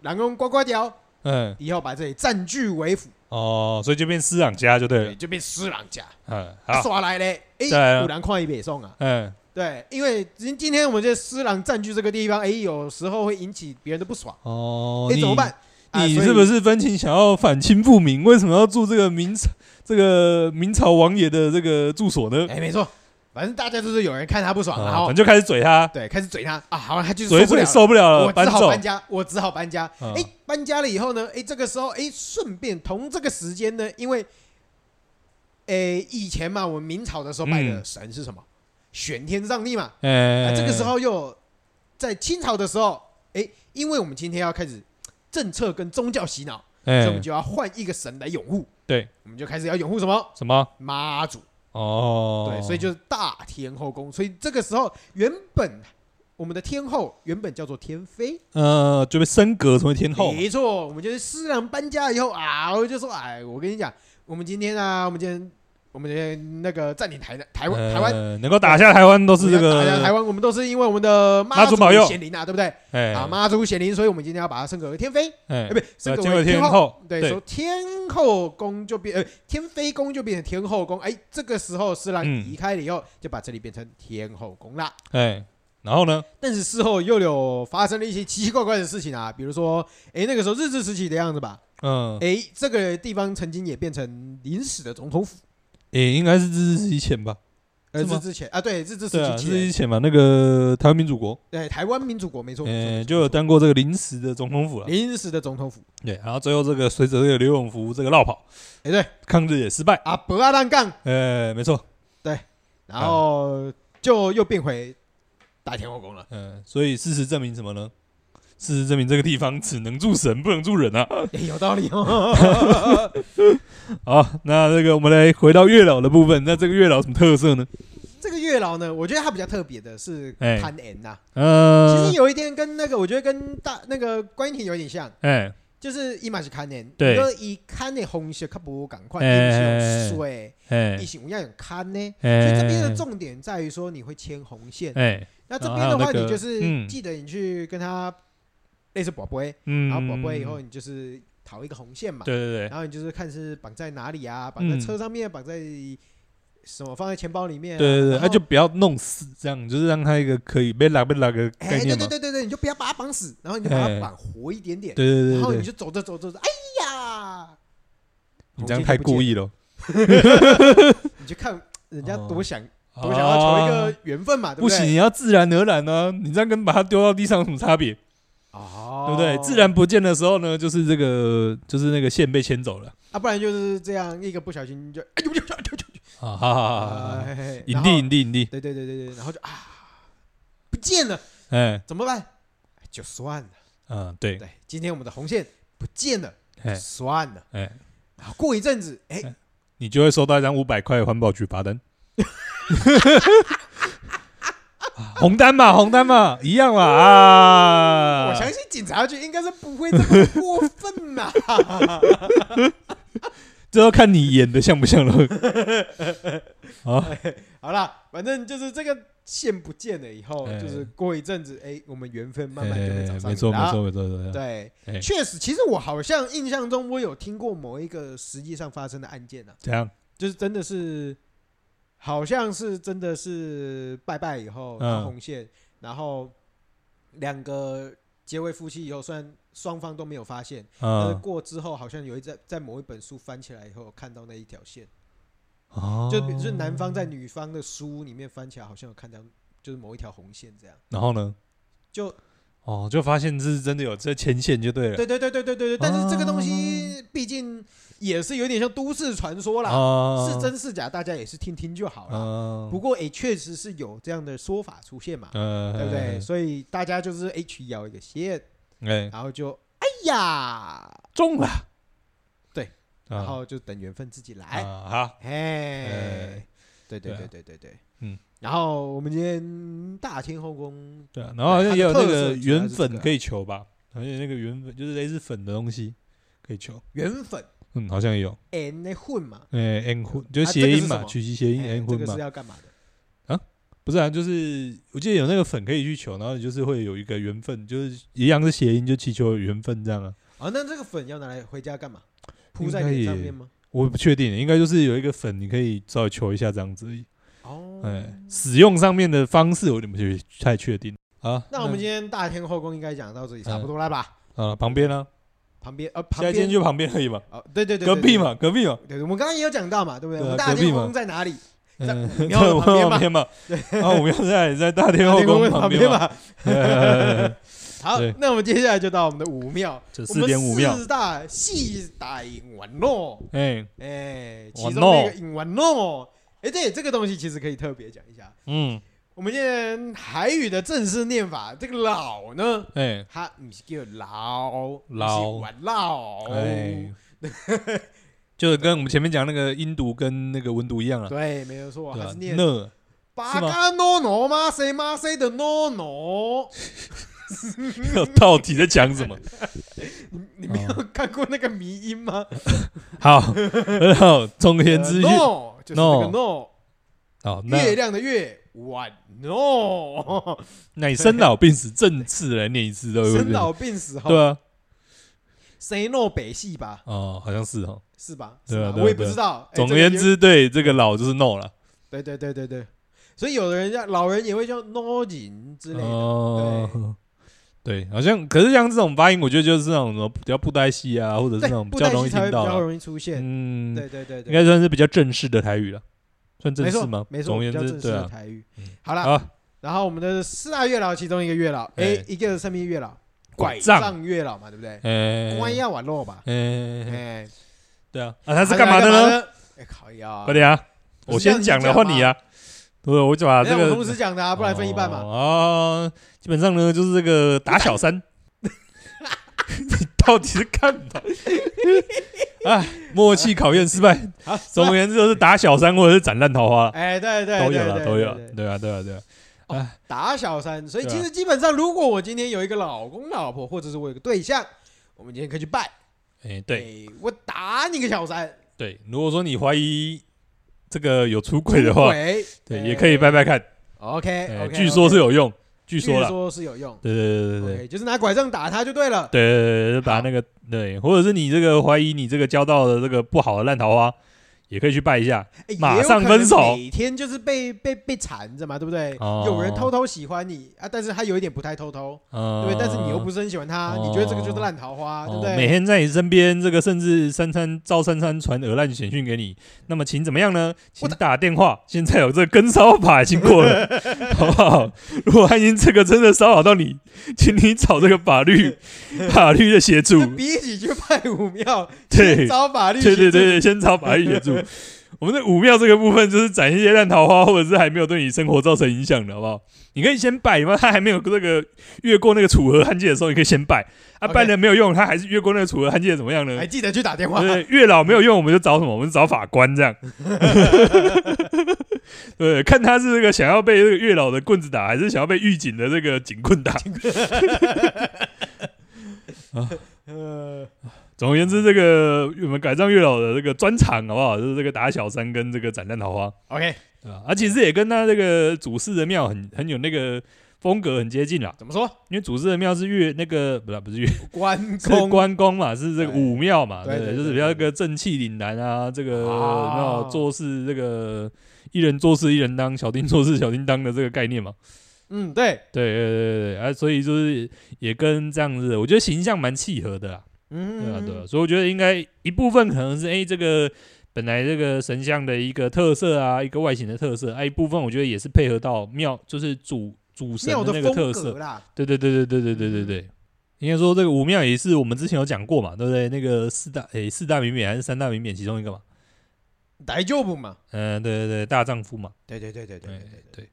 A: 人工呱呱掉，
B: 哎
A: 以后把这里占据为辅，
B: 哦，所以就变师长家就对了
A: 对，，就变私人家。
B: 嗯
A: 啊
B: 好
A: 刷来嘞，哎，
B: 再来啊
A: 有人看也没送啊。
B: 嗯
A: 对，因为今今天我们这私人占据这个地方，哎，有时候会引起别人的不爽，
B: 哦
A: 哎，怎么？办？啊
B: 你
A: 所以
B: 是不是分情想要反清复明？为什么要住这个明朝这个明朝王爷的这个住所呢？
A: 哎，没错，反正大家就是有人看他不爽，然
B: 啊反
A: 后
B: 正就开始嘴他，
A: 对开始嘴他啊，好，他就是
B: 嘴
A: 受不
B: 嘴
A: 了
B: 受不了
A: 我
B: 了，
A: 只
B: 搬
A: 好
B: 走
A: 搬。家，我只好搬家。
B: 嗯
A: 哎、搬家了以后呢，哎，这个时候，哎，顺便同这个时间呢，因为，哎，以前嘛，我们明朝的时候拜的
B: 嗯
A: 神是什么？玄天上帝嘛。
B: 哎
A: 啊，这个时候又在清朝的时候，哎，因为我们今天要开始政策跟宗教洗脑，所以我
B: 哎
A: 们就要换一个神来拥护。
B: 对，
A: 我们就开始要拥护什么？
B: 什么？
A: 妈祖。
B: 哦，
A: 对，所以就是大天后宫。所以这个时候，原本我们的天后原本叫做天妃。
B: 呃，就被升格成为天后。
A: 没错，我们就是私人搬家以后啊，我就说，哎，我跟你讲，我们今天啊，我们今天，我们今天那个占领台的台湾，台湾
B: 呃能够打下台湾都是这
A: 我们要打下台
B: 个
A: 湾，我们都是因为我们的
B: 妈祖
A: 祖
B: 保佑
A: 显灵啊，对不对？
B: 哎
A: 啊，妈祖显灵，所以我们今天要把它升格为天妃，
B: 哎
A: 哎，不，
B: 呃
A: 升格
B: 结果
A: 为
B: 天
A: 后。
B: 后
A: 对，说天后宫就变，呃，天妃宫就变成天后宫。哎，这个时候施琅
B: 嗯
A: 离开了以后，就把这里变成天后宫啦。
B: 哎，然后呢？
A: 但是事后又有发生了一些奇奇怪怪的事情啊，比 如说，哎，那个时候日治时期的样子吧，
B: 嗯，
A: 哎，这个地方曾经也变成临时的总统府，
B: 也应该是日治时期前吧？
A: 呃，
B: 是吗
A: 日之前啊，对，日治
B: 对啊，
A: 时
B: 日
A: 期
B: 治时
A: 前，
B: 期前嘛，那个台湾民主国，
A: 对，哎台湾民主国没错，没错
B: 哎，
A: 没错
B: 就有当过这个临时的总统府了。
A: 临时的总统府，
B: 对，然后最后这个随着这个刘永福这个绕跑，
A: 哎，对，啊
B: 抗日也失败。
A: 啊，不要乱杠，
B: 哎，没错，
A: 然后就又变回打天后宫 了。
B: 嗯，所以事实证明什么呢？事实证明这个地方只能住神，不能住人啊！
A: 也哎有道理哦。
B: 好，那这个我们来回到月老的部分。那这个月老有什么特色呢？
A: 这个月老呢，我觉得他比较特别的是
B: 哎
A: 潘恩呐，其
B: 呃
A: 实，有一点跟那个，我觉得跟大那个关婷有点像，
B: 哎
A: 就是伊嘛是看年，
B: 对
A: 就伊看年红色较无赶快，
B: 哎
A: 伊是用水，
B: 哎
A: 伊是有样用看呢。所以
B: 哎，
A: 这边的重点在于说你会牵红线，
B: 哎，
A: 那这边的
B: 还有那
A: 话
B: 个
A: 你就是
B: 嗯
A: 记得你去跟他类似宝贝，
B: 嗯，
A: 然后宝贝以后你就是讨一个红线嘛，
B: 对对对，
A: 然后你就是看是绑在哪里啊，绑在
B: 嗯
A: 车上面，绑在什么放在钱包里面啊，
B: 对对对，
A: 然后
B: 那、就不要弄死，这样就是让他一个可以被拉被拉个
A: 哎
B: 概
A: 对
B: 念嘛
A: 对。对对对，你就不要把它绑死，然后你就把
B: 哎
A: 它绑活一点点，
B: 对对对
A: 然后
B: 对
A: 你
B: 对，
A: 就走着走着，走着哎呀，
B: 你这样太故意了。
A: 你去看人家
B: 哦
A: 多想、
B: 啊
A: 多想要求一个缘分嘛，对
B: 哦不
A: 对？
B: 行，你要自然而然呢、你这样跟把它丢到地上有什么差别？
A: 哦，
B: 对不对？自然不见的时候呢，就是这个就是那个线被牵走了。
A: 啊，不然就是这样一个不小心就哎呦呦呦呦
B: 啊，好好
A: 呦，
B: 好好好，
A: 哎嘿嘿
B: 影
A: 然后
B: 帝影帝影帝，
A: 对对对对对，然后就啊不见了，
B: 哎，
A: 怎么办？哎就算了，
B: 嗯，对，
A: 对，今天我们的红线不见了，就
B: 哎
A: 算了，
B: 哎，
A: 然后过一阵子，哎，
B: 你就会收到一张五百块环保局罚 单。红单嘛，红单嘛，一样嘛啊！
A: 我相信警察局应该是不会这么过分呐、
B: 这要看你演的像不像 了。
A: 好啦，反正就是这个线不见了以后，
B: 哎
A: 就是过一阵子，哎，我们缘分慢慢就会找上
B: 没
A: 你
B: 错，没
A: 啦。
B: 错，没错，没错。
A: 对，
B: 哎
A: 确实，其实我好像印象中我有听过某一个实际上发生的案件啊，
B: 怎样？
A: 就是真的是，好像是真的是拜拜以后
B: 嗯
A: 拉红线，然后两个结为夫妻以后，虽然双方都没有发现，但是
B: 嗯，
A: 过之后好像有一在在某一本书翻起来以后看到那一条线。
B: 哦
A: 就比如说男方在女方的书里面翻起来，好像有看到就是某一条红线这样。
B: 然后呢？
A: 就
B: 哦，就发现是真的有这牵线就对了。哦
A: 对对对对对对对，但是这个东西毕竟也是有点像都市传说啦，
B: 啊
A: 是真是假大家也是听听就好了。
B: 啊
A: 不过诶，确实是有这样的说法出现嘛，
B: 呃，
A: 对不对？？所以大家就是 H 咬一个线，
B: 哎，
A: 然后就哎呀，
B: 中了。
A: 对
B: 啊，
A: 然后就等缘分自己来。
B: 啊好，
A: 哎
B: 哎，
A: 对
B: 对
A: 对
B: 啊
A: 对对对对，
B: 嗯。
A: 然后我们今天大天后宫，
B: 对啊，然后好像也有那个圆
A: 它的特色主要是这
B: 粉
A: 个
B: 可以求吧，好像有那个圆粉就是类似粉的东西可以求，
A: 缘分
B: 嗯，好像也有，
A: N 那混嘛，
B: 哎，n 婚
A: 啊这
B: 就
A: 个
B: 谐
A: 是
B: 音嘛，
A: 什么
B: 取其谐音
A: 哎
B: n
A: 这
B: 婚
A: 个
B: 嘛
A: 是，要干嘛的？
B: 不是啊，就是我记得有那个粉可以去求，然后你就是会有一个缘分，就是一样是谐音，就祈求有缘分这样啊。
A: 哦，那这个粉要拿来回家干嘛？铺在
B: 应该
A: 脸上
B: 也
A: 面吗？
B: 我也不确定，应该就是有一个粉，你可以稍微求一下这样子而已。
A: 哦，
B: 哎，使用上面的方式我有点不确太确定。好，
A: 那我们今天大天后宫应该讲到这里差不多了吧？
B: 啊旁边呢，
A: 旁边呃，
B: 现在
A: 旁
B: 今
A: 边
B: 天就旁边而已嘛，
A: 哦，对对对，
B: 隔
A: 对
B: 壁。嘛，隔壁嘛，
A: 对对，我们刚刚也有讲到嘛，对不对？
B: 对啊
A: 我们大
B: 隔壁
A: 天
B: 嘛
A: 后宫在哪里？在
B: 嗯，
A: 武庙的
B: 我
A: 旁边
B: 们
A: 嘛
B: 旁边嘛，然后我们要在在大天后宫
A: 啊旁
B: 边嘛，
A: 嘛。
B: 哎
A: 好
B: 对，
A: 那我们接下来就到我们的武庙，
B: 这
A: 我
B: 四
A: 们
B: 点五秒，
A: 四大戏大引丸诺，
B: 哎，
A: 哎，其
B: 丸
A: 中
B: 诺
A: 那个引丸诺，哎，对，这个东西其实可以特别讲一下。
B: 嗯，
A: 我们现在韩语的正式念法，这个老呢，
B: 哎，
A: 它不是叫老，
B: 老
A: 不是玩老，
B: 哎，就是跟我们前面讲那个音读跟那个文读一样啊，
A: 对，没有错，
B: 对
A: 它
B: 吧
A: 是？念嗯
B: 那
A: 八嘎诺诺嘛谁嘛谁的诺诺，
B: 到底在讲什么？
A: 你你没
B: 啊
A: 有看过那个迷音吗？
B: 好，很好，总而言之，
A: 诺呃就是那个诺，
B: 好，那
A: 月亮的月，晚诺，
B: 那你生老病死正式来念一次， 对不对？
A: 生老病死后
B: 对，啊，
A: 谁诺北戏吧，
B: 哦，好像是哦。
A: 是吧？
B: 对
A: 是
B: 啊
A: 吧
B: 对啊
A: 我也不
B: 对啊
A: 知道。哎
B: 总而言，
A: 这个也
B: 之，对这个老就是 no 了。
A: 对对对对对，所以有的人叫老人也会叫诺紧之类的。
B: 哦，对，好像可是像这种发音，我觉得就是那种什么比较布袋戏啊，或者是
A: 对
B: 那种，比
A: 布
B: 较
A: 袋
B: 容易
A: 戏才会
B: 听
A: 比
B: 到
A: 较
B: 的。
A: 容易出现。
B: 嗯，
A: 对对对
B: 应
A: 对，
B: 该算是比较正式的台语了，算正
A: 没
B: 式
A: 错
B: 吗？
A: 没错，
B: 总而
A: 比
B: 言
A: 较
B: 之，
A: 正式
B: 对
A: 的
B: 啊。
A: 台语。好啦，
B: 好，
A: 然后我们的四大月老其中一个月老，
B: 哎
A: 哎，一个是生命月老，
B: 拐
A: 拐
B: 杖
A: 杖月老嘛，对不对？
B: 哎，
A: 弯腰挽落吧，
B: 哎，
A: 哎，
B: 对啊，啊，他是干嘛的呢？
A: 呢？哎，靠呀
B: 快！点啊，
A: 不是
B: 我先讲
A: 这样
B: 了，
A: 子讲
B: 换
A: 吗
B: 你啊。我我就把
A: 没
B: 这
A: 有，我同
B: 个
A: 时讲的啊，不然分一半嘛。
B: 哦，哦基本上呢就是这个打小三， 你到底是干嘛？ 哎，默契考验失败。
A: 好，
B: 总而言之，就是打小三或者是斩烂桃花，
A: 哎，对对，
B: 都有
A: 对
B: 了，
A: 对
B: 都有
A: 对
B: 了
A: 对。
B: 对啊，对啊，对啊。
A: 打小三，所以
B: 对啊
A: 其实基本上，如果我今天有一个老公、老婆，或者是我有个对象，我们今天可以去拜。
B: 哎，对
A: 哎，我打你个小三，
B: 对，如果说你怀疑这个有出轨的话，
A: 鬼
B: 对，
A: 哎
B: 也可以拜拜看。
A: OK，
B: 哎
A: OK，
B: 据说是有用，据
A: 据
B: 说啦。
A: 说是有用。
B: 对对对对对
A: OK，就是拿拐杖打他就对了。
B: 对对，把那个对，或者是你这个怀疑你这个交到的这个不好的烂桃花，也可以去拜一下。
A: 哎
B: 马
A: 也有
B: 上
A: 可能
B: 分手
A: 每天就是被被被缠着嘛，对不对？
B: 哦
A: 有人偷偷喜欢你啊，但是他有一点不太偷偷，对
B: 嗯，
A: 不对？但是你又不是很喜欢他，
B: 哦
A: 你觉得这个就是烂桃花，对不
B: 哦每
A: 对？
B: 天在你身边，这个甚至三餐照三餐传鹅烂简讯给你，那么请怎么样呢？请
A: 我
B: 打电话，现在有这个跟骚法已经过了，好不好？ 如果他已经这个真的骚扰到你，请你找这个 法律法律的协助
A: 这，比起去拜武庙，
B: 对
A: 找法律
B: 对对对
A: 协助
B: 对，先找法律协助。 我们的武庙这个部分就是斩一些烂桃花，或者是还没有对你生活造成影响的，好不好？你可以先拜，因为他还没有这个越过那个楚河汉界的时候，你可以先拜。啊，
A: OK
B: 拜了没有用，他还是越过那个楚河汉界，怎么样呢
A: 还？记得去打电话。
B: 对，月老没有用，我们就找什么？我们就找法官 这样。对，看他是这个想要被这个月老的棍子打，还是想要被狱警的这个警棍打。
A: 呃，
B: 总而言之，这个我们改造月老的这个专长好不好？就是这个打小三跟这个斩烂桃花，
A: OK，
B: 对吧？啊，其实也跟他这个主祀的庙很很有那个风格很接近啦，
A: 怎么说？
B: 因为主祀的庙是月那个不是 不是月
A: 关
B: 是
A: 公
B: 关公嘛，是这个
A: 对
B: 武庙嘛，
A: 对
B: 对，
A: 对
B: 就是
A: 对
B: 比较
A: 对
B: 一个正气凛然啊，这个
A: 啊
B: 然后做事这个一人做事一人当，小丁做事小叮当的这个概念嘛，
A: 嗯，对，
B: 对对对对对，啊，所以就是也跟这样子，我觉得形象蛮契合的啦，
A: 嗯，
B: 对啊对啊，所以我觉得应该一部分可能是哎、这个。本来这个神像的一个特色啊，一个外形的特色，啊，一部分我觉得也是配合到庙，就是主主神
A: 庙
B: 那
A: 的
B: 个
A: 风
B: 特色
A: 格，啊嗯啦，
B: 对对对对对对对对对，应该说这个武庙也是我们之前有讲过嘛，对不对？那个四大诶、四大名匾还是三大名匾其中一个嘛？
A: 大丈夫嘛？
B: 嗯、对对对，大丈夫嘛，
A: 对对对对对
B: 对
A: 对对。
B: 对，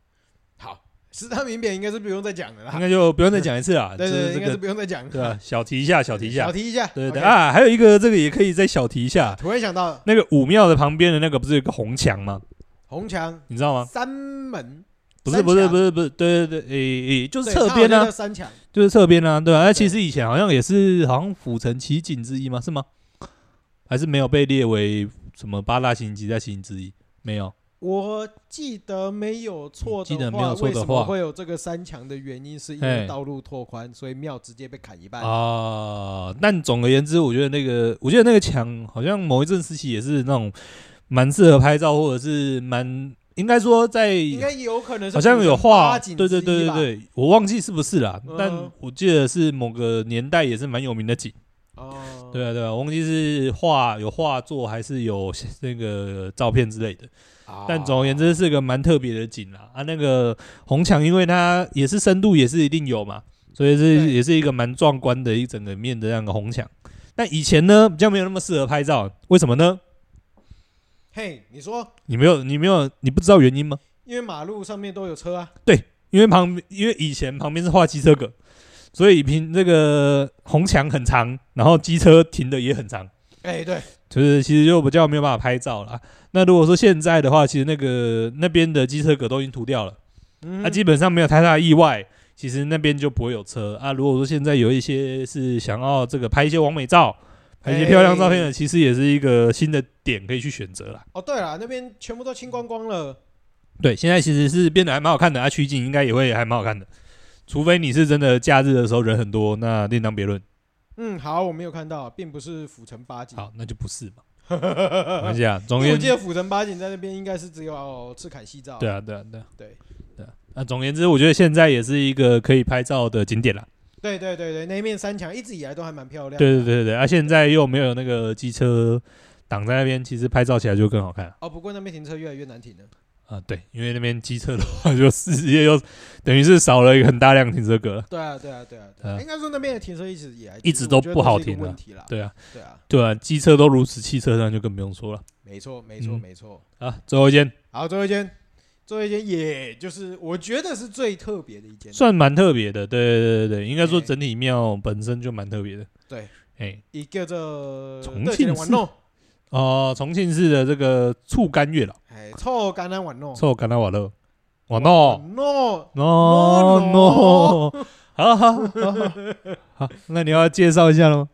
A: 好，十大名匾应该是不用再讲了
B: 应
A: 啦。
B: 该就不用再讲一次啦，就
A: 啊 对对，
B: 是
A: 对
B: 嗯这
A: 应该是
B: 个
A: 不用再讲了。
B: 对吧、小提一下，小提一
A: 小
B: 下，
A: 提一下。
B: 对
A: OK，
B: 对啊，还有一个这个也可以再小提一下，
A: 突然想到
B: 那个武庙的旁边的那个不是有个红墙吗？
A: 红墙
B: 你知道吗？
A: 三门，
B: 啊不是
A: 三
B: 不是
A: 墙
B: 不是不是，对对对，诶、诶、就是
A: 对
B: 侧
A: 它
B: 边
A: 好像
B: 啊
A: 叫，三墙
B: 就是侧边啊，对吧、啊？那其
A: 对
B: 实以前好像也是好像府城七景之一吗？是吗？还是没有被列为什么八大行及在行之一？没有，
A: 我记得没有错的话，
B: 你记得没有错的话
A: 为什么会有这个三墙的原因，是因为道路拓宽，所以庙直接被砍一
B: 哦
A: 半。
B: 啊、但总而言之，我觉得那个，我觉得那个墙好像某一阵时期也是那种蛮适合拍照，或者是蛮应该说在
A: 应该有可能是
B: 好像有画，
A: 画，
B: 对对对对
A: 对，
B: 对，我忘记是不是啦，
A: 嗯
B: 但我记得是某个年代也是蛮有名的景。
A: 哦，
B: 对啊对啊，我忘记是画有画作还是有 那个照片之类的。
A: 啊，
B: 但总而言之是个蛮特别的景啦。啊，那个红墙，因为它也是深度也是一定有嘛，所以是
A: 对
B: 也是一个蛮壮观的一整个面的那个红墙。但以前呢，比较没有那么适合拍照，为什么呢？
A: 嘿，你说，
B: 你没有你没有你不知道原因吗？
A: 因为马路上面都有车啊，
B: 因为旁因为以前旁边是画机车格，所以平这个红墙很长，然后机车停的也很长。
A: 哎，对，
B: 就是其实就比较没有办法拍照啦。那如果说现在的话，其实那个那边的机车格都已经涂掉了，那、
A: 嗯
B: 基本上没有太大的意外，其实那边就不会有车啊。如果说现在有一些是想要这个拍一些完美照、拍一些漂亮照片的，其实也是一个新的点可以去选择啦。
A: 哦，对了，那边全部都清光光了。
B: 对，现在其实是变得还蛮好看的，啊，取景应该也会还蛮好看的，除非你是真的假日的时候人很多，那另当别论。
A: 嗯，好，我没有看到，并不是府城八景。
B: 好，那就不是嘛，没关
A: 因
B: 系啊，总而
A: 为我
B: 言
A: 记
B: 之
A: 得府城八景在那边应该是只有哦赤坎西照。
B: 对啊，对啊，对啊，
A: 对
B: 对啊。那总而言之，我觉得现在也是一个可以拍照的景点啦。
A: 对对对对，那一面山墙一直以来都还蛮漂亮的。
B: 对对对对对，啊，现在又没有那个机车挡在那边，其实拍照起来就更好看啊
A: 哦，不过那边停车越来越难停了。
B: 啊。对，因为那边机车的话， 就是直接又等于是少了一个很大量停车格了。
A: 对啊，对啊，对啊，对
B: 对啊
A: 啊。应该说那边的停车一直以来
B: 一直都不好停啊
A: 我觉得都是一个问题啦。
B: 对啊，
A: 对啊，
B: 对啊，机车都如此，汽车那就更不用说了
A: 没错，没错，
B: 嗯
A: 没错。
B: 啊。最后一间，
A: 好，最后一间最后一间也就是我觉得是最特别的一间，
B: 算蛮特别的。对对对对，应该说
A: 哎
B: 整体庙本身就蛮特别的。
A: 对，
B: 哎，
A: 一个这
B: 重
A: 对
B: 庆
A: 玩弄，
B: 哦，重庆市的这个醋干月老，
A: 哎，臭橄榄玩弄，
B: 臭橄榄瓦勒，瓦诺。
A: 玩弄，
B: No
A: No,
B: no，好好好好，好那你要介绍一下喽。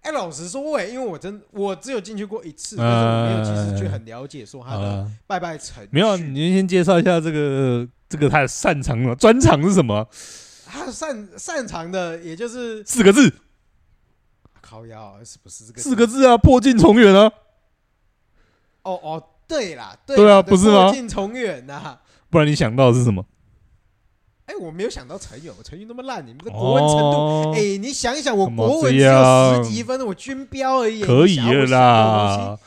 A: 哎，老实说，喂，因为我真我只有进去过一次，
B: 嗯
A: 但是我没有其实去很了解说他
B: 好
A: 的
B: 了，
A: 拜拜程序，
B: 哎没有，啊你先介绍一下这个这个他的擅长了，专长是什么？
A: 他擅擅长的也就是
B: 四个字，
A: 靠腰，是不是这个
B: 四个字啊，破镜重圆啊，
A: 哦哦，对啦，对
B: 对啊
A: 啦
B: 不是吗
A: 破镜重圆呐。
B: 不然你想到的是什么？
A: 哎，我没有想到成语，我成语那么烂，你们的国文程度，
B: 哦
A: 哎，，你想一想，我
B: 干嘛
A: 国文只
B: 这
A: 有
B: 样
A: 十几分，我军标而已，
B: 可以
A: 你想要
B: 了
A: 我想的东西。
B: 啦。啊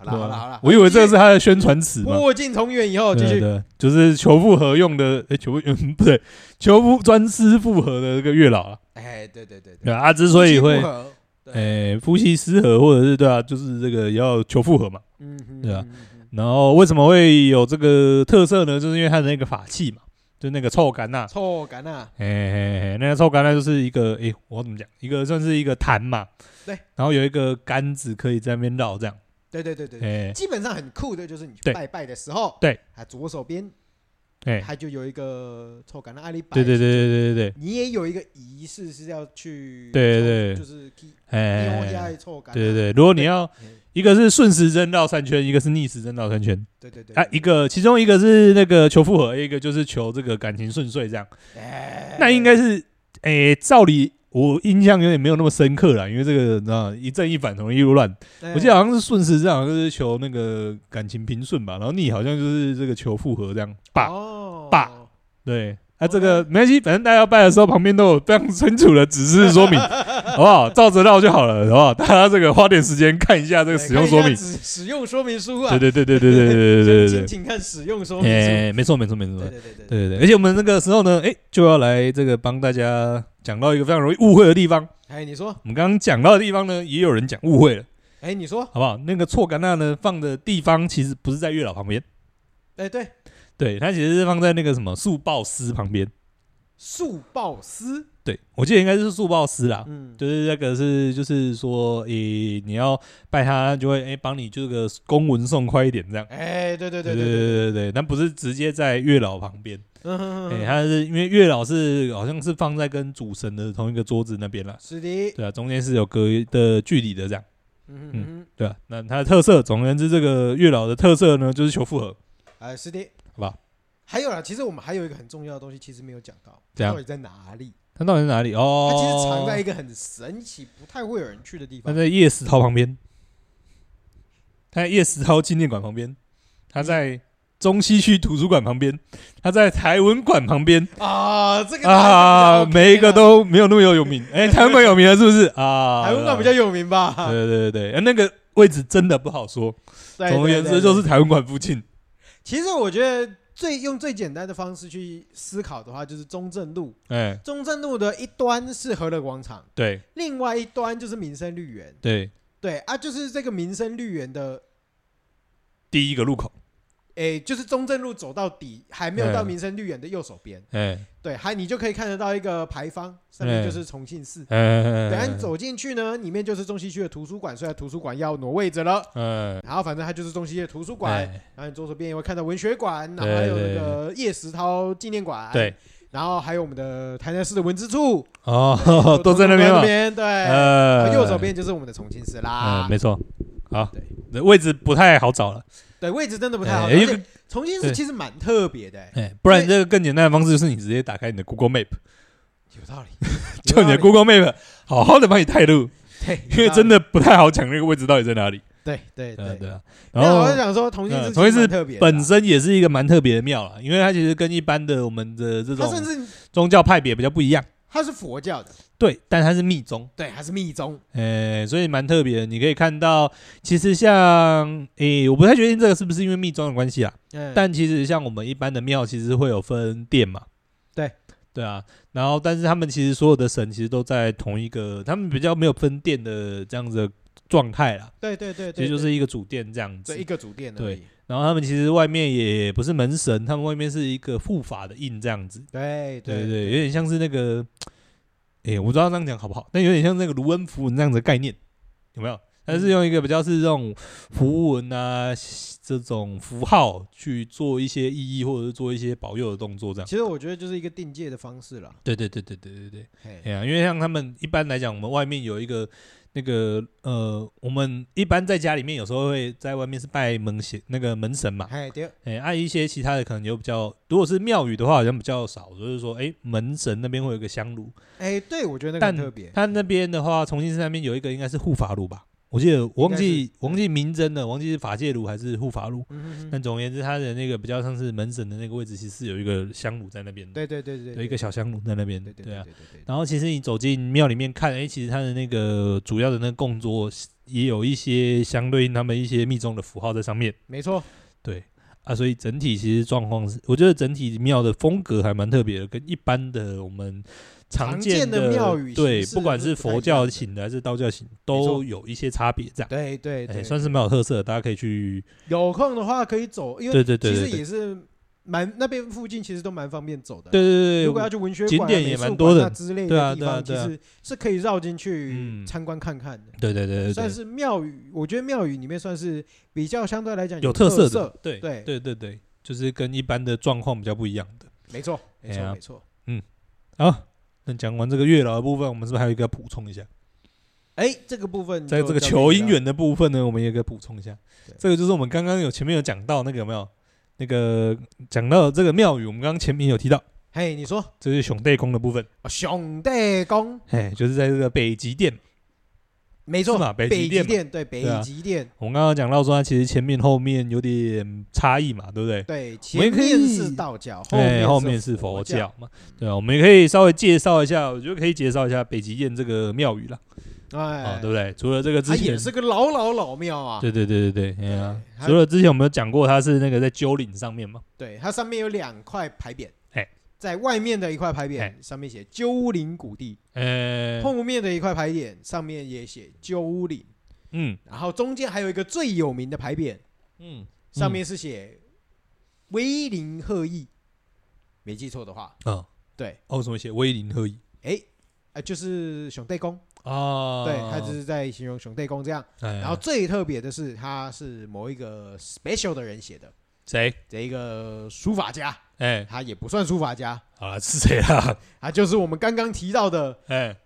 A: 好啦好啦好啦，
B: 我以为这个是他的宣传词嘛。
A: 破镜重圆以后，继
B: 对
A: 续
B: 对，就是求复合用的，哎，求 复不对，求复专司复合的这个月老啊。
A: 哎，对对对
B: 对
A: 对，
B: 啊，啊之所以会
A: 夫妻不和对，
B: 诶、夫妻失和，或者是对啊，就是这个要求复合嘛。
A: 嗯哼
B: 对啊，
A: 嗯哼嗯哼
B: 然后为什么会有这个特色呢？就是因为它的那个法器嘛，就那个臭橄榄。
A: 臭干呐，
B: 嘿嘿嘿，那个臭橄榄就是一个，诶、我怎么讲？一个算是一个坛嘛，
A: 对。
B: 然后有一个杆子可以在那边绕，这样。
A: 对对对对对，
B: 诶、
A: 基本上很酷的就是你去
B: 对
A: 拜拜的时候，
B: 对，
A: 啊，左手边
B: 诶、
A: 它就有一个臭干呐阿里摆，
B: 对对对对对对对，
A: 你也有一个仪式是要去，
B: 对对
A: 就是去
B: 诶、
A: 用压臭干，
B: 对对对，如果你要
A: 嗯，
B: 一个是顺时针绕三圈，一个是逆时针绕三圈，
A: 对对对，
B: 啊，一个其中一个是那个求复合，一个就是求这个感情顺遂这样。
A: 哎
B: 那应该是，诶、照理我印象有点没有那么深刻了，因为这个你知道一正一反容易乱。我记得好像是顺时针，好像就是求那个感情平顺吧，然后逆好像就是这个求复合这样吧。
A: 哦
B: 爸对，啊，这个
A: OK
B: 没关系，反正大家要拜的时候旁边都有非常清楚的指示说明，好不好？照着绕就好了，好不好？大家这个花点时间看一下这
A: 对
B: 个使用说
A: 看
B: 明
A: 一下。使使用说明书啊，
B: 对对对对对对对对对对哎
A: 请请看使用说
B: 对，
A: 明书，
B: 诶，没错没错没错。
A: 对对对对对，
B: 对对对，而且我们那个时候呢，诶，就要来这个帮大家讲到一个非常容易误会的地方。
A: 哎，你说，
B: 我们刚刚讲到的地方呢，也有人讲误会了，
A: 哎，你说，
B: 好不好？那个错橄榄呢，放的地方其实不是在月老旁边，
A: 哎，对，
B: 对，它其实是放在那个什么速报司旁边。
A: 速报司，
B: 对，我记得应该是速报司啦，
A: 嗯，
B: 就是那个是就是说，诶、你要拜他就会诶帮、你这个公文送快一点这样。
A: 哎，对对
B: 对
A: 对
B: 对
A: 对，
B: 对对对，但不是直接在月老旁边，
A: 嗯哼哼
B: 诶、
A: 哼，
B: 他是因为月老是好像是放在跟主神的同一个桌子那边啦，
A: 是的，
B: 对啊，中间是有隔的距离的这样。
A: 嗯哼哼
B: 对啊，那它的特色，总而言之，这个月老的特色呢，就是求复合，
A: 哼，哎，是的，
B: 好吧？
A: 还有啦，啊其实我们还有一个很重要的东西，其实没有讲到，
B: 怎样
A: 到底在哪里？
B: 它到底是哪里？
A: 它
B: 哦，
A: 其实藏在一个很神奇、不太会有人去的地
B: 它
A: 方。
B: 在叶石涛旁边，它在叶石涛纪念馆旁边，它在中西区图书馆旁边，它在台文馆旁边
A: 啊，这个当然
B: 啊，
A: 比较 OK 啦
B: 每一个都没有那么有名。哎，台文馆有名了是不是啊？
A: 台湾馆比较有名啊吧？
B: 对对对对，哎那个位置真的不好说。
A: 对
B: 总而言之，
A: 对对
B: 就是台文馆附近。
A: 其实我觉得最用最简单的方式去思考的话，就是中正路。
B: 哎，
A: 中正路的一端是和乐广场，
B: 对
A: 另外一端就是民生绿园。
B: 对，
A: 对啊，就是这个民生绿园的，
B: 第一个路口，
A: 诶，就是中正路走到底，还没有到
B: 嗯
A: 民生绿园的右手边。
B: 哎
A: 对，还你就可以看得到一个牌坊，上面
B: 嗯
A: 就是重庆市。
B: 哎哎，
A: 对，啊
B: 哎
A: 你走进去呢，里面就是中西区的图书馆，虽然图书馆要挪位置了。
B: 哎，
A: 然后反正它就是中西区的图书馆，
B: 哎
A: 然后你左手边也会看到文学馆，然
B: 对
A: 后还有那个叶石涛纪念馆，
B: 对，
A: 然后还有我们的台南市的文资处，
B: 哦， 都在那边
A: 那
B: 嘛。
A: 边对，然
B: 呃
A: 后右手，边就是我们的重庆市啦
B: 嗯，，没错。好
A: 对，
B: 那位置不太好找了。
A: 对，位置真的不太好，
B: 哎
A: 而
B: 因为
A: 且重庆市
B: 对
A: 其实蛮特别 的，
B: 哎，不然这个更简单的方式就是你直接打开你的 Google Map，
A: 有道理，
B: 就你
A: 有
B: 的
A: 道
B: Google Map 好好的帮你带路，
A: 理对，
B: 因为真
A: 的
B: 的不太好讲那个位置到底在哪里。
A: 对对
B: 对啊对
A: 对，
B: 啊。然
A: 那
B: 后
A: 我就想说重庆市
B: 嗯重庆
A: 其实
B: 市
A: 蛮特别的啊
B: 本身也是一个蛮特别的庙啦，因为它其实跟一般的我们的这
A: 它甚
B: 种
A: 至
B: 宗教派别比较不一样。
A: 它是佛教的，
B: 对，但它是密宗，
A: 对，它是密宗，嗯
B: 哎，所以蛮特别的。你可以看到，其实像哎，我不太确定这个是不是因为密宗的关系啊，
A: 嗯，
B: 但其实像我们一般的庙，其实会有分殿嘛。
A: 对，
B: 对啊。然后，但是他们其实所有的神其实都在同一个，他们比较没有分殿的这样子的状态啦，
A: 对对对，对
B: 其实就
A: 对
B: 是一个主店这样
A: 这
B: 子
A: 一。个主店而
B: 对
A: 已。
B: 然后他们其实外面也不是门神，他们外面是一个护法的印这样子。
A: 对
B: 对
A: 对，
B: 对，有点像是那个，哎、我不知道这样讲好不好，但有点像那个卢恩符文那样子的概念，有没有？它是用一个比较是这种符文啊，这种符号去做一些意义，或者是做一些保佑的动作，这样。
A: 其实我觉得就是一个定界的方式啦。
B: 对对对对对对对，
A: 嘿
B: 哎，呀、因为像他们一般来讲，我们外面有一个那个呃，我们一般在家里面有时候会在外面是拜门神那个门神嘛，
A: 嘿，对，
B: 哎、按、一些其他的可能有比较，如果是庙宇的话，好像比较少，就是说，哎、门神那边会有一个香炉，
A: 哎，对，我觉得那个
B: 但
A: 很特别。
B: 他那边的话，重庆市那边有一个应该是护法炉吧，我记得我忘记我忘记名称了，忘记是法界炉还是护法炉。
A: 嗯哼哼
B: 但总而言之，他的那个比较像是门神的那个位置，其实是有一个香炉在那边的，
A: 对对对对
B: 有一个小香炉在那边，
A: 对对
B: 对啊
A: 对。对对，
B: 然后其实你走进庙里面看，哎、其实他的那个主要的那个供桌也有一些相对应他们一些密宗的符号在上面，
A: 没错，
B: 对啊，所以整体其实状况是，我觉得整体庙的风格还蛮特别的，跟一般的我们
A: 常
B: 常
A: 见的
B: 的
A: 庙宇
B: 对，
A: 形式
B: 不管
A: 是
B: 是
A: 不太
B: 佛
A: 一样
B: 教
A: 的
B: 型的还是道教型，
A: 错
B: 都有一些差别，这样，
A: 对对
B: 哎
A: 对，
B: 算是蛮有特色的，大家可以去，
A: 有空的话可以走，因为
B: 对对对
A: 其实
B: 对对
A: 也是蛮那边附近其实都蛮方便走的。，
B: 对对
A: 如果要
B: 对，
A: 去文学
B: 景
A: 馆啊
B: 点
A: 美
B: 也
A: 术
B: 蛮
A: 馆
B: 多的
A: 啊之类
B: 对
A: 的
B: 啊
A: 地
B: 对啊
A: 方，其
B: 对啊
A: 实是可以绕进去
B: 嗯
A: 参观看看的。
B: 对对对对
A: 算
B: 对，
A: 是庙宇，我觉得庙宇里面算是比较相对来讲
B: 有
A: 特
B: 特色的，对
A: 对
B: 对对对，就是跟一般的状况比较不一样的。
A: 没错，没
B: 哎
A: 错，
B: 呀
A: 没错。
B: 好，那讲完这个月老的部分，我们是不是还有一个要补充一下？
A: 哎，这个部分
B: 在
A: 就
B: 这个
A: 交给
B: 求
A: 你
B: 姻
A: 了，
B: 缘的部分呢，我们也给补充一下
A: 对。
B: 这个就是我们刚刚有前面有讲到那个有没有？那个讲到这个庙宇，我们刚刚前面有提到，
A: 嘿，你说
B: 这是熊对宫的部分，
A: 啊熊代公，
B: 哎，就是在这个北极殿。
A: 没错
B: 是嘛，北极
A: 极
B: 殿嘛
A: 殿，对，北
B: 对啊
A: 极殿，
B: 我们刚刚讲到说，它其实前面后面有点差异嘛，对不对？
A: 对，
B: 我也
A: 前
B: 可以
A: 面是道教，
B: 哎，后面
A: 面
B: 是佛
A: 教
B: 教嘛，对啊，我们也可以稍微介绍一下，我觉得可以介绍一下北极殿这个庙宇啦，啊，
A: 哎，
B: 对不对？除了这个
A: 它
B: 之
A: 也
B: 前，
A: 是个老老老庙啊。
B: 对对对对对，哎呀
A: 对，它
B: 除了之前我们有讲过，它是那个在鸠岭上面嘛，
A: 对，它上面有两块牌匾，
B: 哎
A: 在外面的一块牌
B: 哎
A: 匾上面写“鸠岭谷地”，
B: 呃，
A: 后面的一块牌匾上面也写“鸠岭
B: 嗯”，
A: 然后中间还有一个最有名的牌匾，
B: 嗯，
A: 上面是写“威灵鹤翼”，没记错的话，
B: 啊，
A: 对，
B: 哦，什么写威灵鹤翼
A: 哎，啊，就是熊代公，
B: 啊？
A: 对，他就是在形容熊代公这样。
B: 哎，
A: 然后最特别的是，他是某一个 special 的人写的，
B: 谁？
A: 这一个书法家，
B: 哎，
A: 他也不算书法家，
B: 好了，是谁啦？
A: 他就是我们刚刚提到的
B: 哎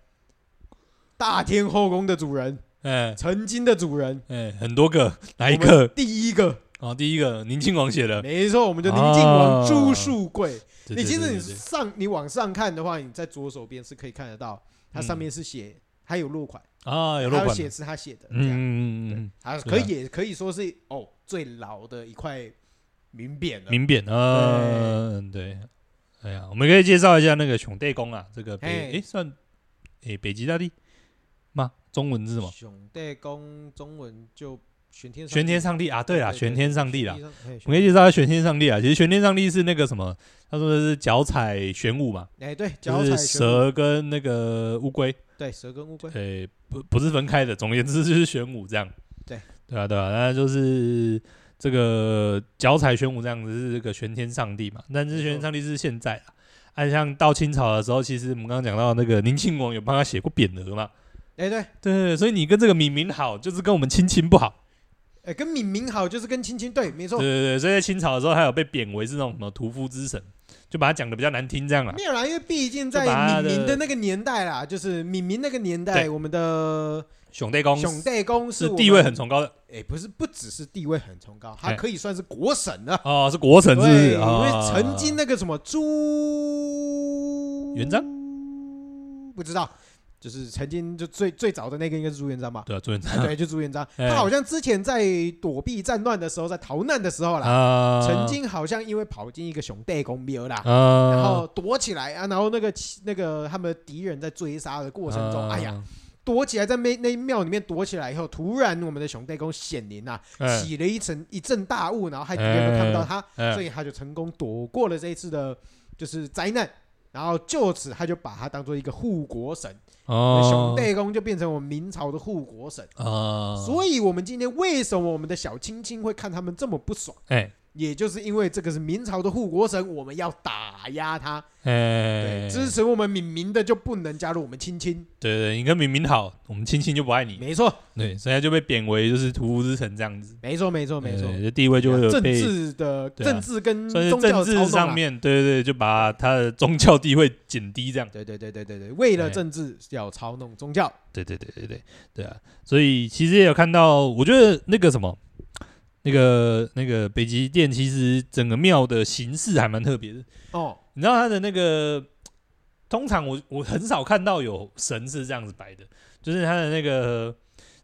A: 大天后宫的主人，
B: 哎
A: 曾经的主人，
B: 哎，很多个，哪一
A: 我们
B: 个？
A: 第一 个，
B: 哦，第一个宁亲王写的。
A: 没错，我们就宁靖王
B: 啊
A: 朱树贵。
B: 对
A: 你
B: 对
A: 其实
B: 对
A: 你
B: 对对
A: 上你往上看的话，你在左手边是可以看得到，它上面是写，它有落款，
B: 啊，嗯有
A: 它
B: 落款
A: 有
B: 的，
A: 写是他写的，这样，
B: 嗯嗯嗯
A: 对
B: 嗯，
A: 它
B: 是
A: 可以
B: 啊
A: 也可以说是哦最老的一块名匾了。
B: 嗯明扁啊，嗯对，哎呀，我们可以介绍一下那个熊代公啊，这个
A: 嘿
B: 北哎算哎北极大帝吗？中文是什么？
A: 熊代公中文就玄天
B: 玄天
A: 上
B: 上帝啊，对啦，玄天上帝啦，，
A: 嘿
B: 我们可以介绍一下玄天上帝啊。其实玄天上帝是那个什么，他说的是脚踩玄武嘛，
A: 哎对，脚
B: 就
A: 踩
B: 是
A: 玄武，
B: 蛇跟那个乌龟，
A: 对蛇跟乌龟，
B: 呃，不不是分开的。总而言之就是玄武这样。
A: 对
B: 对啊对啊，那就是这个脚踩玄武这样子是这个玄天上帝嘛，但是玄天上帝是现在啊。按、像到清朝的时候，其实我们刚刚讲到那个宁庆王有帮他写过匾额嘛，
A: 哎对，
B: 对，所以你跟这个敏明好，就是跟我们亲亲不好，
A: 哎跟敏明好就是跟青青对，没
B: 对
A: 错，
B: 对对，所以在清朝的时候还有被贬为是那种什么屠夫之神，就把他讲的比较难听这样啦。
A: 没有啦，因为毕竟
B: 就把
A: 在
B: 他
A: 敏明
B: 的
A: 的那个年代啦，就是敏明那个年代，
B: 对
A: 我们的
B: 熊代公
A: 熊代公
B: 是
A: 我
B: 地
A: 们
B: 位很，崇高的
A: 哎，不是，不只是地位很崇高，他
B: 哎
A: 可以算是国神啊了。
B: 哦，是国 神是不是？
A: 对，因为
B: 啊
A: 曾经那个什么朱
B: 元璋
A: 不知道，就是曾经就最最早的那个应该是朱元璋吧
B: ？对啊，朱元璋
A: 对，就朱元璋，
B: 哎
A: 他好像之前在躲避战乱的时候，在逃难的时候啦，
B: 啊，
A: 曾经好像因为跑进一个熊代公庙啦。
B: 啊，
A: 然后躲起来啊，然后那个那个他们的敌人在追杀的过程
B: 啊
A: 中，哎呀，躲起来在那那庙里面躲起来以后，突然我们的熊代公显灵啊，
B: 哎，
A: 起了一层一阵大雾，然后害敌人都看不到他，
B: 哎
A: 所以他就成功躲过了这一次的，就是灾难。然后就此他就把他当做一个护国神，
B: 哦
A: 熊，代公就变成我们明朝的护国神。
B: 啊，
A: 所以，我们今天为什么我们的小青青会看他们这么不爽，
B: 哎
A: 也就是因为这个是明朝的护国神，我们要打压他。
B: 哎
A: 对，，支持我们闽民的就不能加入我们青青。
B: 对对，你跟明明好，我们亲亲就不爱你，
A: 没错，
B: 对，所以他就被贬为就是屠夫之臣这样子，
A: 没错，没错，哦没错。
B: 对，这地位就哎会有
A: 政
B: 被
A: 治的
B: 对啊
A: 政治跟
B: 算是
A: 宗教
B: 政
A: 的操
B: 治
A: 弄啊啦
B: 上，面，对对对，就把他的宗教地位减低这样。
A: 对对对对对对，为了
B: 哎
A: 政治要操弄宗教。
B: 对对对对对对啊！所以其实也有看到，我觉得那个什么，那个那个北极殿，其实整个庙的形式还蛮特别的。
A: 哦，
B: 你知道它的那个，通常我我很少看到有神是这样子摆的，就是它的那个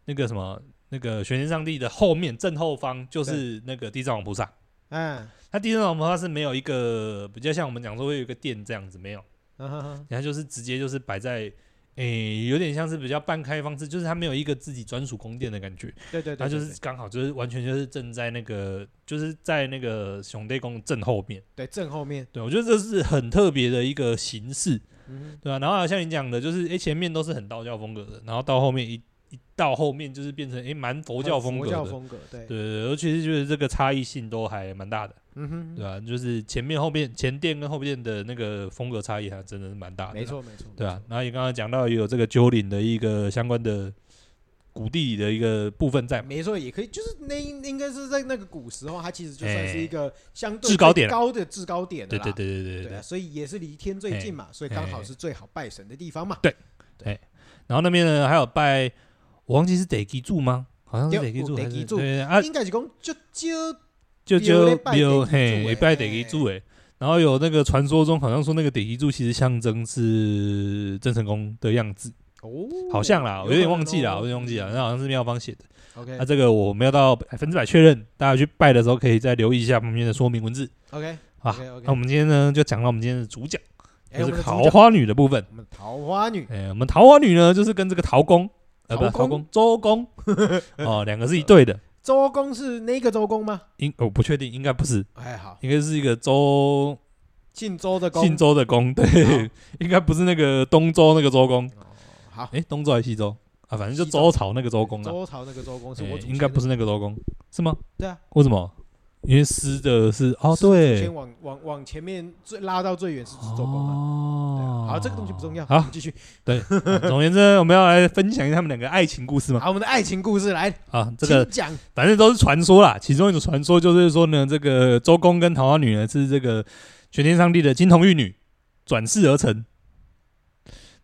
B: 那个什么那个玄天上帝的后面正后方就是那个地藏王菩萨，
A: 嗯，
B: 它地藏王菩萨是没有一个比较像我们讲说会有一个殿这样子没有。
A: 嗯哼哼
B: 然后就是直接就是摆在，诶、有点像是比较半开放式，就是它没有一个自己专属宫殿的感觉，
A: 对对对，
B: 它就
A: 对
B: 是刚好就是完全就是正在那个就是在那个熊队宫正后面。
A: 对对正后面，
B: 对，我觉得这是很特别的一个形式，
A: 嗯
B: 对啊，然后像你讲的，就是诶、前面都是很道教风格的，然后到后面一一到后面就是变成诶蛮、佛
A: 佛
B: 教风格
A: 佛教
B: 的。
A: 风格，对，
B: 对对，对尤其是就是这个差异性都还蛮大的，
A: 嗯哼，
B: 对啊，就是前面后面前殿跟后殿的那个风格差异还真的是蛮大的。
A: 没错没错，
B: 对啊
A: 没，错，
B: 然后也刚刚讲到也有这个鸠岭的一个相关的谷地的一个部分在嘛，
A: 没错，也可以，就是那应应该是在那个古时候，它其实就算是一个相对
B: 哎制高点
A: 最高的制高点了
B: 对
A: 啦，
B: 对对对对
A: 对
B: 对哎
A: 啊，。所以也是离天最近嘛，所以刚好是最好拜神的地方嘛。
B: 然后那边呢还有拜，我忘记是得基柱吗？好像是
A: 对
B: 得基柱
A: 有
B: 还
A: 地
B: 是
A: 基柱
B: 对对对啊，
A: 应该是讲就就
B: 就
A: 庙
B: 就
A: 咧拜
B: 有
A: 地基
B: 嘿
A: 主欸
B: 也拜得基柱诶。然后有那个传说中好像说那个得基柱其实象征是郑成功的样子，
A: 哦，
B: 好像啊啦，我有点忘记了，我有哎点忘记了，
A: 了。
B: 那好像是妙方写的。那
A: OK
B: 这个我没有到百分之百确认，大家去拜的时候可以再留意一下旁边的说明文字
A: OK，
B: 啊。
A: OK，OK
B: 那我们今天呢就讲到我们今天的主角。
A: 哎，
B: 就
A: 我们
B: 是
A: 的主
B: 桃
A: 角，
B: 花女的部分。
A: 我们桃花女，
B: 哎、我们桃花女呢，就是跟这个桃公，呃，不是
A: 桃呃
B: 桃
A: 公
B: 公，周公，哦，两个是一对的。
A: 周公是那个周公吗？
B: 应我不确定，应该不是，
A: 哎，好，
B: 应该是一个周
A: 姓周的公，哦
B: 姓周的公，
A: 好
B: 对， 应该不是那个东周那个周公，
A: 哦，好，
B: 哎、东周还是西周啊？反正就
A: 西周
B: 周朝那个周公啊，
A: 周朝那个周公是
B: 哎
A: 我祖先的，
B: 应该不是那个周公，是吗？
A: 对啊，
B: 为什么？因为诗的是哦，
A: 是
B: 对
A: 先，往往往前面最拉到最远是周公嘛。对啊
B: 哦，
A: 好，这个东西不重要，
B: 好
A: 我们继续。
B: 啊总而言之，我们要来分享一下他们两个爱情故事嘛。
A: 好，我们的爱情故事来，
B: 啊，这
A: 请
B: 个
A: 讲。
B: 反正都是传说啦。其中一种传说就是说呢，这个呃周公跟桃花女呢是这个玄天上帝的金童玉女转世而成。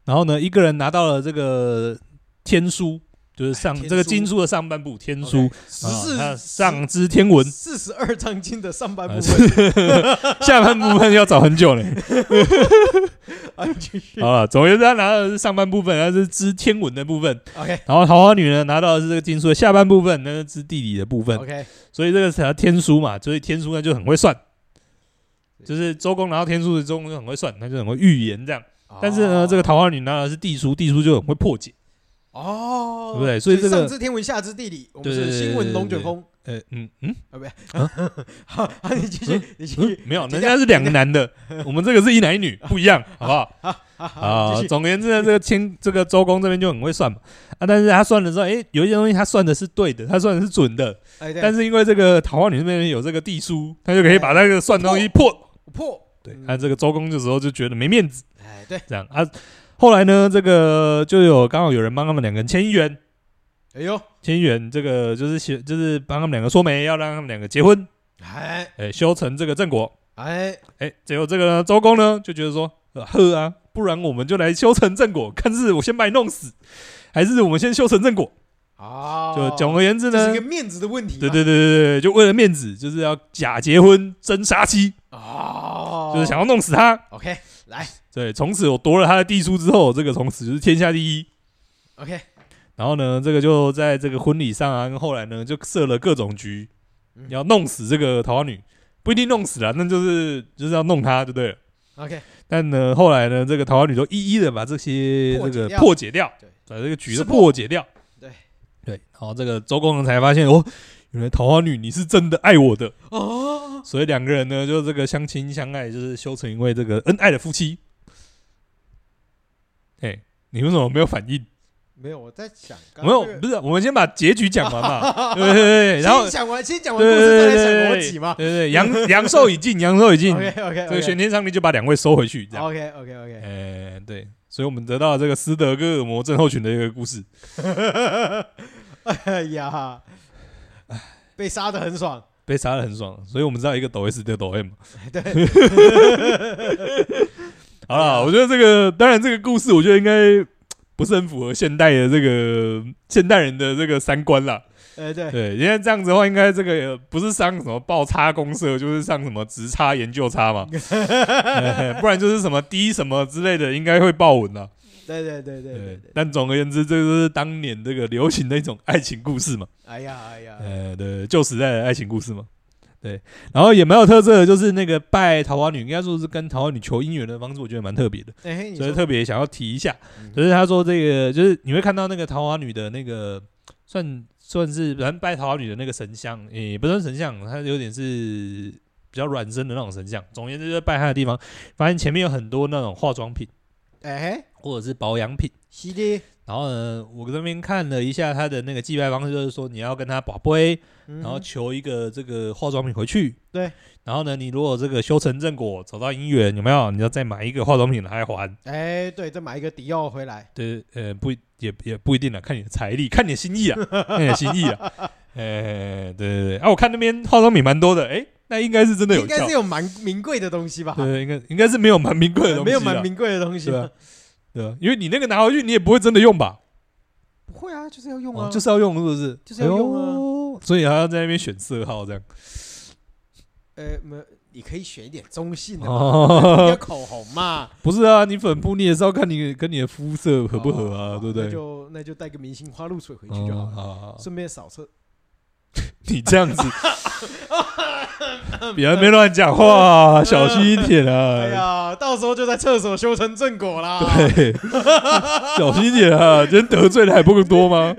B: 然后呢，一个人拿到了这个天书，就是上
A: 哎天书
B: 这个经书的上半部天书
A: OK，，十四
B: 啊它
A: 十
B: 上知天文，
A: 四十二章经的上半部
B: 呃
A: 分，
B: 下半部分要找很久呢。
A: 啊，继续。
B: 好了，总而言之，他拿到的是上半部分，他是知天文的部分；
A: OK
B: 然后桃花女呢拿到的是这个经书的下半部分，那是知地理的部分。
A: OK，
B: 所以这个是他天书嘛，所以天书呢就很会算，就是周公拿到天书的周公就很会算，他就很会预言这样。但是呢，这个桃花女拿的是地书，地书就很会破解。
A: 哦，
B: 对不对所以这个
A: 上知天文，下知地理，我们
B: 对
A: 是
B: 对对对
A: 新闻龙卷风。
B: 呃，嗯嗯
A: 好，啊你继续，你继
B: 嗯
A: 续，，
B: 没有，
A: 这
B: 人
A: 样
B: 家是两个 男的，我们这个是一男一女，不一样，好不好？
A: 好好，
B: 啊，
A: 继续。
B: 总而言之呢，这个天 这个周公这边就很会算嘛。啊，但是他算的时候，诶，有一些东西他算的是对的，他算的是准的，
A: 哎，对
B: 但是因为这个桃花女这边有这个地书，他就可以把那个算的东西破。
A: 我破，
B: 对，
A: 嗯
B: 那这个周公这时候就觉得没面子。
A: 哎，对，
B: 这样啊。后来呢，这个就有刚好有人帮他们两个人签姻缘，
A: 哎呦，
B: 签姻缘这个就是写就是帮他们两个说媒，要让他们两个结婚，
A: 哎
B: 哎、修成这个正果。
A: 哎，
B: 哎、结果这个呢周公呢就觉得说，呃呵啊，不然我们就来修成正果，看是我先把你弄死，还是我们先修成正果。
A: 哦，
B: 就总而言之
A: 这
B: 呢
A: 是一，个面子的问题嘛。
B: 对对对对对，就为了面子，就是要假结婚真杀妻，
A: 哦，
B: 就是想要弄死他。
A: OK，来
B: 对，从此我夺了他的地书之后，这个从此就是天下第一。
A: OK，
B: 然后呢，这个就在这个婚礼上啊，跟后来呢就设了各种局
A: 嗯，
B: 要弄死这个桃花女，不一定弄死了，那就是就是要弄她，就对了。
A: OK，
B: 但呢，后来呢，这个桃花女都一一的把这些
A: 破
B: 这
A: 解
B: 个
A: 掉
B: 破解掉，
A: 对
B: 把这个局
A: 识
B: 都
A: 破
B: 破解掉。
A: 对
B: 对，然后这个周公呢才发现哦，原来桃花女你是真的爱我的，
A: 哦，
B: 所以两个人呢就这个相亲相爱，就是修成一位这个恩爱的夫妻。哎你为什么没有反应？
A: 没有，我在想，刚
B: 没有
A: 那个，
B: 不是，我们先把结局讲完嘛。对对对，然后
A: 先讲完，先讲完故
B: 对
A: 事再
B: 对
A: 来
B: 对
A: 想
B: 对
A: 逻辑嘛。
B: 对对，阳阳寿已尽，阳寿已尽，
A: OK OK
B: 这个
A: OK
B: 玄天上帝就把两位收回去，这样。
A: OK OK OK，
B: 哎，对，所以我们得到了这个斯德哥尔摩症候群的一个故事。
A: 哎呀，被杀的很爽，
B: 被杀的很爽，所以我们知道一个抖 S 就抖 M 嘛。
A: 对，
B: 好了，我觉得这个当然这个故事，我觉得应该不是很符合现代的这个现代人的这个三观啦。
A: 呃对，
B: 对，因为这样子的话，应该这个呃不是上什么爆差公社，就是上什么直差研究差 嘛， 哎不然就是什么低什么之类的，应该会爆文了。
A: 对对对对对
B: 对
A: 对，，
B: 但总而言之，这就是当年这个流行的一种爱情故事嘛。
A: 哎呀哎呀，
B: 呃，对，旧时代的爱情故事嘛。对，然后也蛮有特色的，就是那个拜桃花女，应该说是跟桃花女求姻缘的方式，我觉得蛮特别的，
A: 哎嘿，你
B: 所以
A: 说
B: 特别想要提一下。
A: 嗯
B: 就是他说这个，就是你会看到那个桃花女的那个，算算是反正拜桃花女的那个神像，也不算神像，它有点是比较软身的那种神像。总而言之，就是拜她的地方，发现前面有很多那种化妆品
A: 哎嘿，
B: 或者是保养品。
A: 西的，
B: 然后呢，我这边看了一下他的那个祭拜方式，就是说你要跟他宝贝，
A: 然
B: 然后求一个这个化妆品回去。
A: 嗯对，
B: 然后呢，你如果这个修成正果，找到姻缘，有没有？你要再买一个化妆品来还。
A: 哎对，再买一个迪奥回来，
B: 对，呃，不一也也不一定了，啊看你的财力，看你的心意啊， 看你的心意啊。哎，对对对，啊，我看那边化妆品蛮多的，哎，那应该是真的有
A: 应
B: 效
A: 该，是有蛮名贵的东西吧？
B: 对，应该应该是没有蛮名贵的东
A: 没
B: 西啊，
A: 有蛮名贵的东西
B: 对啊吧
A: 吧？？
B: 对吧？因为你那个拿回去，你也不会真的用吧？
A: 不会啊，就是要用
B: 哦
A: 啊，
B: 就是要用，是不是？
A: 就是要用啊
B: 啊，所以还要在那边选色号这样。
A: 呃没有，你可以选一点中性的嘛，
B: 哦
A: 要，口红嘛，
B: 不是啊，你粉扑你也是要看你跟你的肤色合不合啊，
A: 哦
B: 对不哦对
A: 那？就那就带个明星花露水回去就好了，
B: 了
A: 顺便扫厕。
B: 你 这样子，别在那边乱 讲话，啊小心一点
A: 哎
B: 啊！
A: 呀，到时候就在厕所修成正果啦。
B: 对， 小心一点啊！今天得罪的还不够 多吗？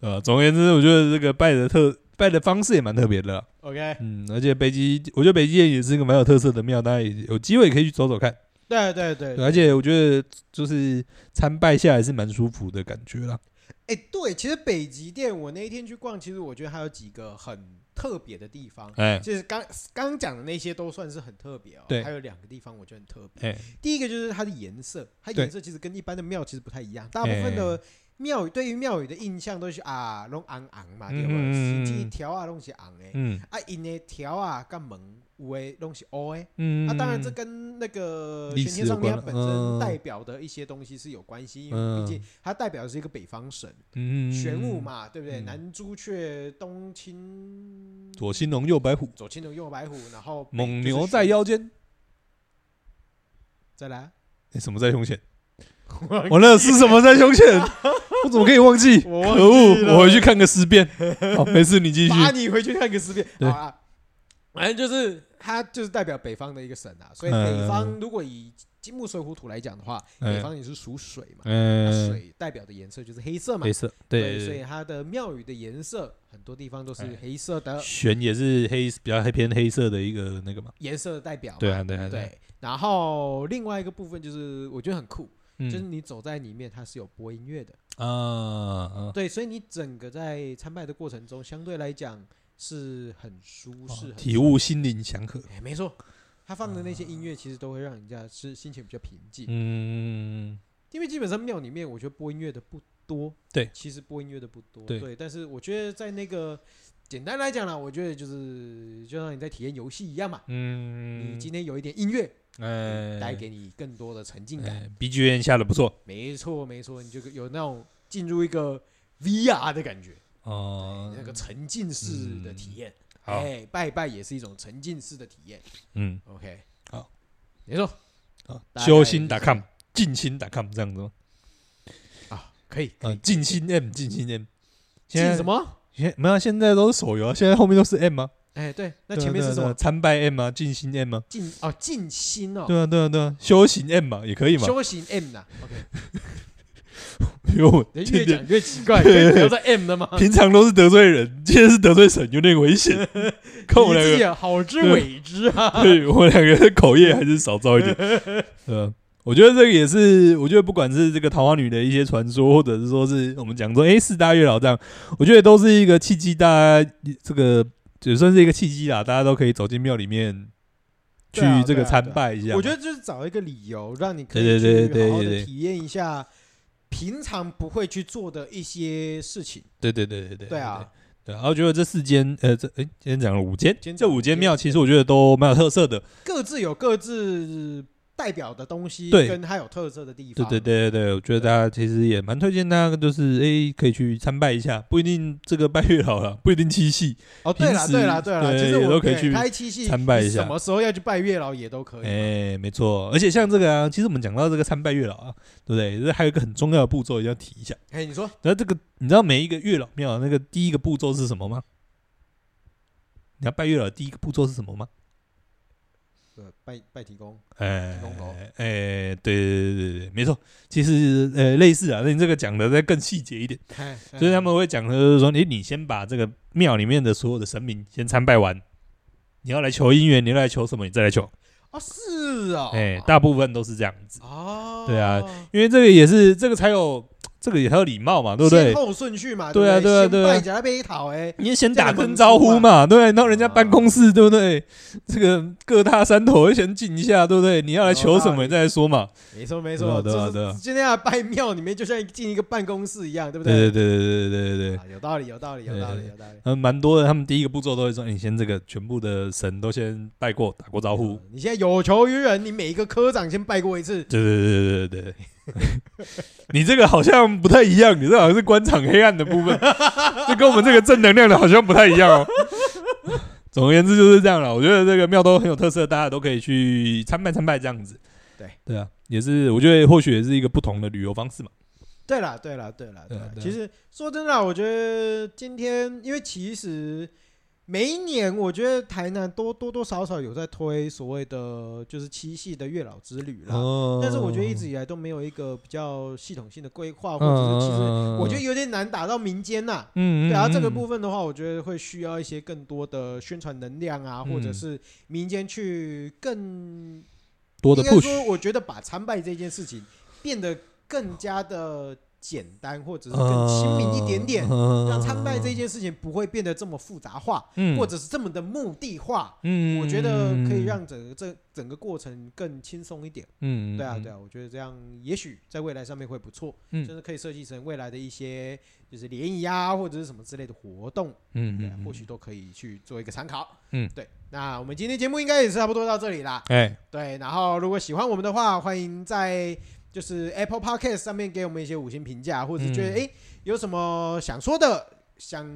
B: 呃，总而言之，我觉得这个拜的特拜的方式也蛮特别的啊，
A: ，OK，
B: 嗯，而且北极，我觉得北极也是一个蛮有特色的庙，大家也有机会可以去走走看。
A: 对对对
B: 对，而且我觉得就是参拜下来是蛮舒服的感觉啦。
A: 哎、对，其实北极店我那一天去逛，其实我觉得它有几个很特别的地方。
B: 哎
A: 就是刚刚刚讲的那些都算是很特别哦，
B: 对
A: 还有两个地方我觉得很特别。
B: 哎，
A: 第一个就是它的颜色，它
B: 对哎
A: 颜色其实跟一般的庙其实不太一样。大部分的庙宇对于庙宇的印象都是啊，拢昂昂嘛，对吧？
B: 嗯嗯嗯嗯
A: 实际条啊拢是昂的，
B: 嗯
A: 啊因的条啊跟门有的拢是乌的，
B: 嗯
A: 啊，当然这跟那个
B: 历
A: 玄
B: 史
A: 天上
B: 有关
A: 面
B: 了
A: 它本
B: 嗯
A: 身代表的一些东西是有关系，因为
B: 嗯
A: 毕竟它代表的是一个北方省
B: 嗯
A: 玄武，嘛，对不对？
B: 嗯
A: 南朱雀、东青、
B: 左青龙右白虎，
A: 左青龙、右白虎，然后北
B: 蒙
A: 哎就是
B: 牛在
A: 玄，
B: 腰间，
A: 再来啊，
B: 哎什么在胸前？ 我那是什么在胸 前？我怎么可以忘记？
A: 我
B: 可
A: 忘记
B: 恶！
A: 了
B: 我回去看个十遍。好，没事，你继续。
A: 罚你回去看个十遍。
B: 对
A: 好啊，反正就是它就是代表北方的一个省啊，所以
B: 嗯
A: 北方如果以金木水火土来讲的话，
B: 嗯
A: 北方也是属水嘛，那
B: 嗯，
A: 水代表的颜色就是黑色嘛
B: 黑，色，
A: 对，
B: 对
A: 所以它的庙宇的颜色很多地方都是
B: 哎
A: 黑色的
B: 玄也是黑，比较黑偏黑色的一个那个嘛。
A: 颜色的代表嘛，
B: 对啊，对啊，啊，
A: 对。然后另外一个部分就是我觉得很酷，
B: 嗯
A: 就是你走在里面它是有播音乐的，
B: 啊啊，
A: 对，所以你整个在参拜的过程中，相对来讲是很舒适、很
B: 哦体悟啊心灵祥和。
A: 哎，没错，他放的那些音乐其实都会让人家是心情比较平静，
B: 嗯，
A: 因为基本上庙里面我觉得播音乐的不多，
B: 对
A: 其实播音乐的不多，
B: 对
A: 但是我觉得在那个简单来讲啦，我觉得就是就像你在体验游戏一样嘛，
B: 嗯
A: 你，今天有一点音乐，
B: 哎，
A: 带给你更多的沉浸感，
B: 哎 BGM 下的不错
A: 没错没错，你就有那种进入一个 VR 的感觉，
B: 哦
A: 那个沉浸式的体验，
B: 嗯好，
A: 哎，拜拜也是一种沉浸式的体验
B: 嗯，
A: ，OK，
B: 好，
A: 你说
B: 好
A: 大概
B: 修心
A: 就是
B: .com，静心 .com 这样子吗？
A: 啊，可以，
B: 啊，静心 M，静心 M，
A: 进
B: 现在
A: 什？么？
B: 现没有，现在都是手游啊，现在后面都是 M 啊。
A: 哎，对，那
B: 对啊
A: 前面
B: 对啊
A: 是什
B: 对啊
A: 么？
B: 参拜 M 啊，静心 M 啊。
A: 静哦，静心哦，
B: 对啊，对啊，对啊，修行 M 嘛，也可以嘛。
A: 修行 M 呐。OK，
B: 因为我
A: 人
B: 今
A: 越
B: 天
A: 讲啊越奇怪，可以 留在 M 的吗？
B: 平常都是得罪人，今天是得罪神，有点危 险。看我
A: 你自
B: 两个嗯
A: 己，也好之为之啊。
B: 对我两个口业还是少造一点。对啊，我觉得这个也是，我觉得不管是这个桃花女的一些传说，或者是说是我们讲说，哎、四大月老这样，我觉得都是一个契机，大家这个也算是一个契机啦，大家都可以走进庙里面去
A: 对啊
B: 这
A: 对
B: 个
A: 啊
B: 参
A: 对啊
B: 拜一下嘛。
A: 我觉得就是找一个理由，让你可
B: 对
A: 以
B: 对对
A: 去好好
B: 对对
A: 的
B: 对
A: 体验一下平常不会去做的一些事情。
B: 对对对对对，
A: 对啊，
B: 对。然后觉得这四间，呃，这哎，今天讲了五间
A: 今天，
B: 这
A: 讲了
B: 五
A: 五间
B: 间庙其实我觉得都蛮有特色的。
A: 各自有各自代表的东西，
B: 对
A: 跟它有特色的地
B: 对
A: 方。
B: 对对对对，我觉得大家其实也蛮推荐大家，就是哎，可以去参拜一下，不一定这个拜月老了，不一定七夕，
A: 哦，对
B: 平
A: 啦
B: 时
A: 对啦对啦，
B: 对
A: 其实我
B: 都可以
A: 对
B: 去
A: 开七夕
B: 参拜一
A: 你
B: 下
A: 什么时候要去拜月老也都可以。
B: 哎，没错。而且像这个啊，其实我们讲到这个参拜月老啊，对不对？这还有一个很重要的步骤一定要提一下。
A: 哎，你说
B: 然后这个你知道每一个月老庙那个第一个步骤是什么吗？你要拜月老的第一个步骤是什么吗？
A: 呃拜拜提公，
B: 哎
A: 龙头
B: 哎，对对对对对，没错。其实呃，类似啊，那你这个讲的再更细节一点，
A: 哎
B: 就是他们会讲的就是说，哎，你先把这个庙里面的所有的神明先参拜完，你要来求姻缘，你要来求什么，你再来求。
A: 哦是哦，
B: 哎，大部分都是这样子，
A: 哦，
B: 对啊，因为这个也是这个才有这个也才有礼貌嘛，对不对
A: 先？后顺序嘛，
B: 对啊
A: 不
B: 对啊
A: 先
B: 对啊
A: 拜人家被讨哎，
B: 你先打声招呼嘛，对不对？到
A: 啊
B: 人家办公室，对不对？这个各大山头先敬一下，对不对？你要来求什么，你再来说嘛。
A: 没错没
B: 对啊
A: 错，
B: 对啊
A: 就
B: 对啊
A: 是今天要拜庙里面就像进一个办公室一样，对不
B: 对对
A: 对？
B: 对对对对对对。
A: 啊有道理有道理有道
B: 对
A: 理有道理。
B: 嗯，蛮多的，他们第一个步骤都会说，哎你先这个全部的神都先拜过，打过招呼。
A: 嗯你现在有求于人，你每一个科长先拜过一次。
B: 对
A: 啊
B: 对对对对对。 你这个好像不太一样，你这好像是官场黑暗的部分， 这跟我们这个正能量的好像不太一样哦。 总而言之就是这样了，我觉得这个庙都很有特色，大家都可以去参拜参拜这样子。
A: 对
B: 对啊，也是我觉得或许也是一个不同的旅游方式嘛。
A: 对啦，对啦，对啦，
B: 对
A: 对
B: 啊
A: 啦。
B: 对啊
A: 其实说真的啊，我觉得今天，因为其实每一年，我觉得台南多多多少少有在推所谓的就是七夕的月老之旅啦，
B: 哦
A: 但是我觉得一直以来都没有一个比较系统性的规划，或者是其实我觉得有点难打到民间呐。
B: 嗯
A: 对啊，这个部
B: 分
A: 分的话，我觉得会需要一些更多的宣传能量啊，或者
B: 嗯
A: 是民间去更
B: 多的
A: 应该
B: push，
A: 说，我觉得把参拜这件事情变得更加的简单，或
B: 嗯
A: 者是更亲民一点点，让参拜这件事情不会变得这么复杂化，
B: 嗯
A: 或者是这么的目的化。
B: 嗯
A: 我觉得可以让整个这整个过程更轻松一点。
B: 嗯
A: 对啊，对啊，我觉得这样也许在未来上面会不错，
B: 嗯
A: 甚至可以设计成未来的一些就是联谊啊，或者是什么之类的活动，
B: 嗯
A: 对啊
B: 嗯，
A: 或许都可以去做一个参考。
B: 嗯
A: 对，那我们今天节目应该也是差不多到这里啦。
B: 哎
A: 对，然后如果喜欢我们的话，欢迎在就是 Apple Podcast 上面给我们一些五星评价，或者是觉得
B: 嗯
A: 诶有什么想说的、想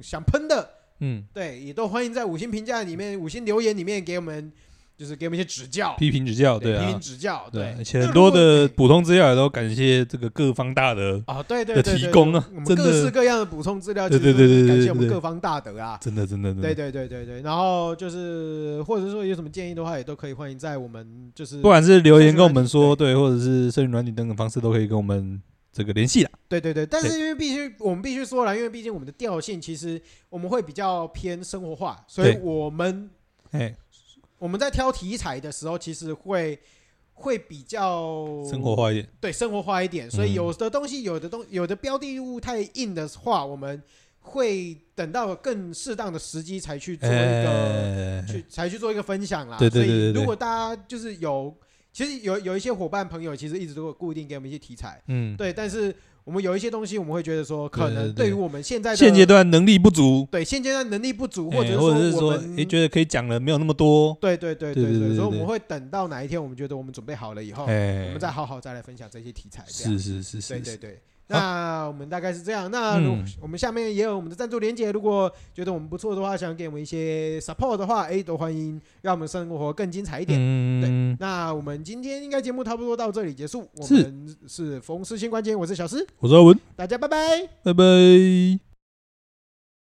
A: 想喷的，
B: 嗯
A: 对，也都欢迎在五星评价里面、五星留言里面给我们，就是给我们一些指教，
B: 批评指教对
A: 批
B: 啊
A: 评 指教，
B: 对，
A: 对，
B: 而且
A: 那
B: 很
A: 如
B: 多
A: 果
B: 的
A: 对
B: 补充资料也都感谢这个各方大德，
A: 哦，对对
B: 的
A: 对对
B: 提
A: 对
B: 供啊
A: 我们
B: 真的
A: 各式各样的补充资料，
B: 对
A: 其实
B: 对对对
A: 感
B: 对
A: 谢我们
B: 对
A: 各方大德啊，
B: 真的真的真
A: 对
B: 的，
A: 对对对对，然后就是或者说有什么建议的话，也都可以欢迎在我们就是
B: 不管是留言跟我们说，对，或者是社群软体等等方式，都可以跟我们这个联系啦。
A: 对对对，但是因为必须我们必须说了，因为毕竟我们的调性其实我们会比较偏生活化，所以
B: 对
A: 我们
B: 哎，
A: 我们在挑题材的时候，其实会会比较
B: 生活，化一点，
A: 对生活化一点。所以
B: 嗯
A: 有的东西，有的东有的标的物太硬的话，我们会等到更适当的时机才去做一个、
B: 哎，
A: 去才去做一个分享啦。
B: 对对对
A: 所以
B: 对对
A: 如果大家就是有，其实有有一些伙伴朋友，其实一直都有固定给我们一些题材。
B: 嗯，
A: 对，但是我们有一些东西，我们会觉得说，可
B: 对对
A: 能
B: 对
A: 对于我们现在的
B: 现阶段能力不足，
A: 对现阶段能力不足，
B: 哎
A: 或者
B: 或者是
A: 我
B: 说，
A: 们嗯
B: 哎，觉得可以讲的没有那么多，
A: 对对对
B: 对对
A: 对
B: 对
A: 对，所以我
B: 对
A: 们会等到哪一天，我们觉得我们准备好了以后，哦我
B: 哎
A: 们，再好好再来分享这些题材。这样
B: 是是是
A: 对
B: 是，
A: 对
B: 是
A: 对。那我们大概是这样。那如
B: 嗯
A: 我们下面也有我们的赞助连接，如果觉得我们不错的话，想给我们一些 support 的话，哎，都欢迎让我们生活更精彩一点。
B: 嗯，
A: 那我们今天应该节目差不多到这里结束。我
B: 是
A: 们是冯思新关键，我是小诗，
B: 我是阿文，
A: 大家拜拜。
B: 拜拜。